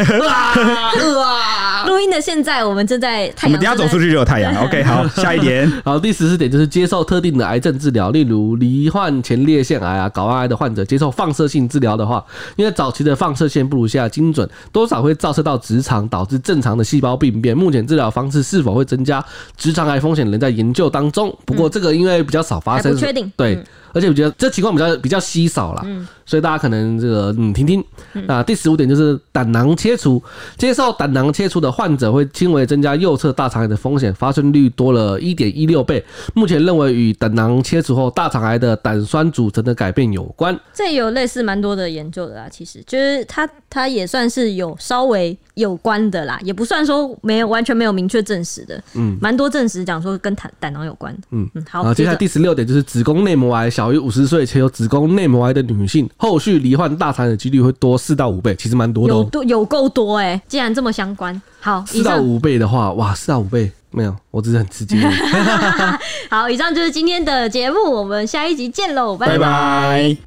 Speaker 3: 啊啊！
Speaker 2: 录音的现在，我们正在
Speaker 1: 我
Speaker 2: 太
Speaker 1: 们
Speaker 2: 阳
Speaker 1: 等一下
Speaker 2: 正在
Speaker 1: 走出去就有太阳。OK，好，下一点。
Speaker 3: 好，第十四点就是接受特定的癌症治疗，例如罹患前列腺癌啊、睾丸癌的患者接受放射性治疗的话，因为早期的放射线不如现在精准，多少会照射到直肠，导致正常的细胞病变。目前治疗方式是否会增加直肠癌风险，仍在研究当中。不过这个因为比较少发
Speaker 2: 还
Speaker 3: 生，
Speaker 2: 不确定
Speaker 3: 对，
Speaker 2: 嗯
Speaker 3: 而且我觉得这情况比较比较稀少啦，所以大家可能这个嗯听听。那第十五点就是胆囊切除，接受胆囊切除的患者会轻微增加右侧大肠癌的风险，发生率多了一点一六倍。目前认为与胆囊切除后大肠癌的胆酸组成的改变有关。
Speaker 2: 这有类似蛮多的研究的啦，其实就是它它也算是有稍微有关的啦，也不算说没有完全没有明确证实的，嗯，蛮多证实讲说跟胆胆囊有关，嗯嗯，好，
Speaker 3: 啊，接下来
Speaker 2: 着
Speaker 3: 第十六点就是子宫内膜癌，小于五十岁且有子宫内膜癌的女性，后续罹患大肠癌的几率会多四到五倍，其实蛮多的
Speaker 2: 有
Speaker 3: 哦。
Speaker 2: 多有够多哎、既然这么相关，好，以
Speaker 1: 啊
Speaker 3: 四到
Speaker 2: 上
Speaker 3: 五倍的话，哇，四到五倍没有，我只是很吃惊而已。
Speaker 2: 好，以上就是今天的节目，我们下一集见喽，拜拜
Speaker 1: 拜。拜。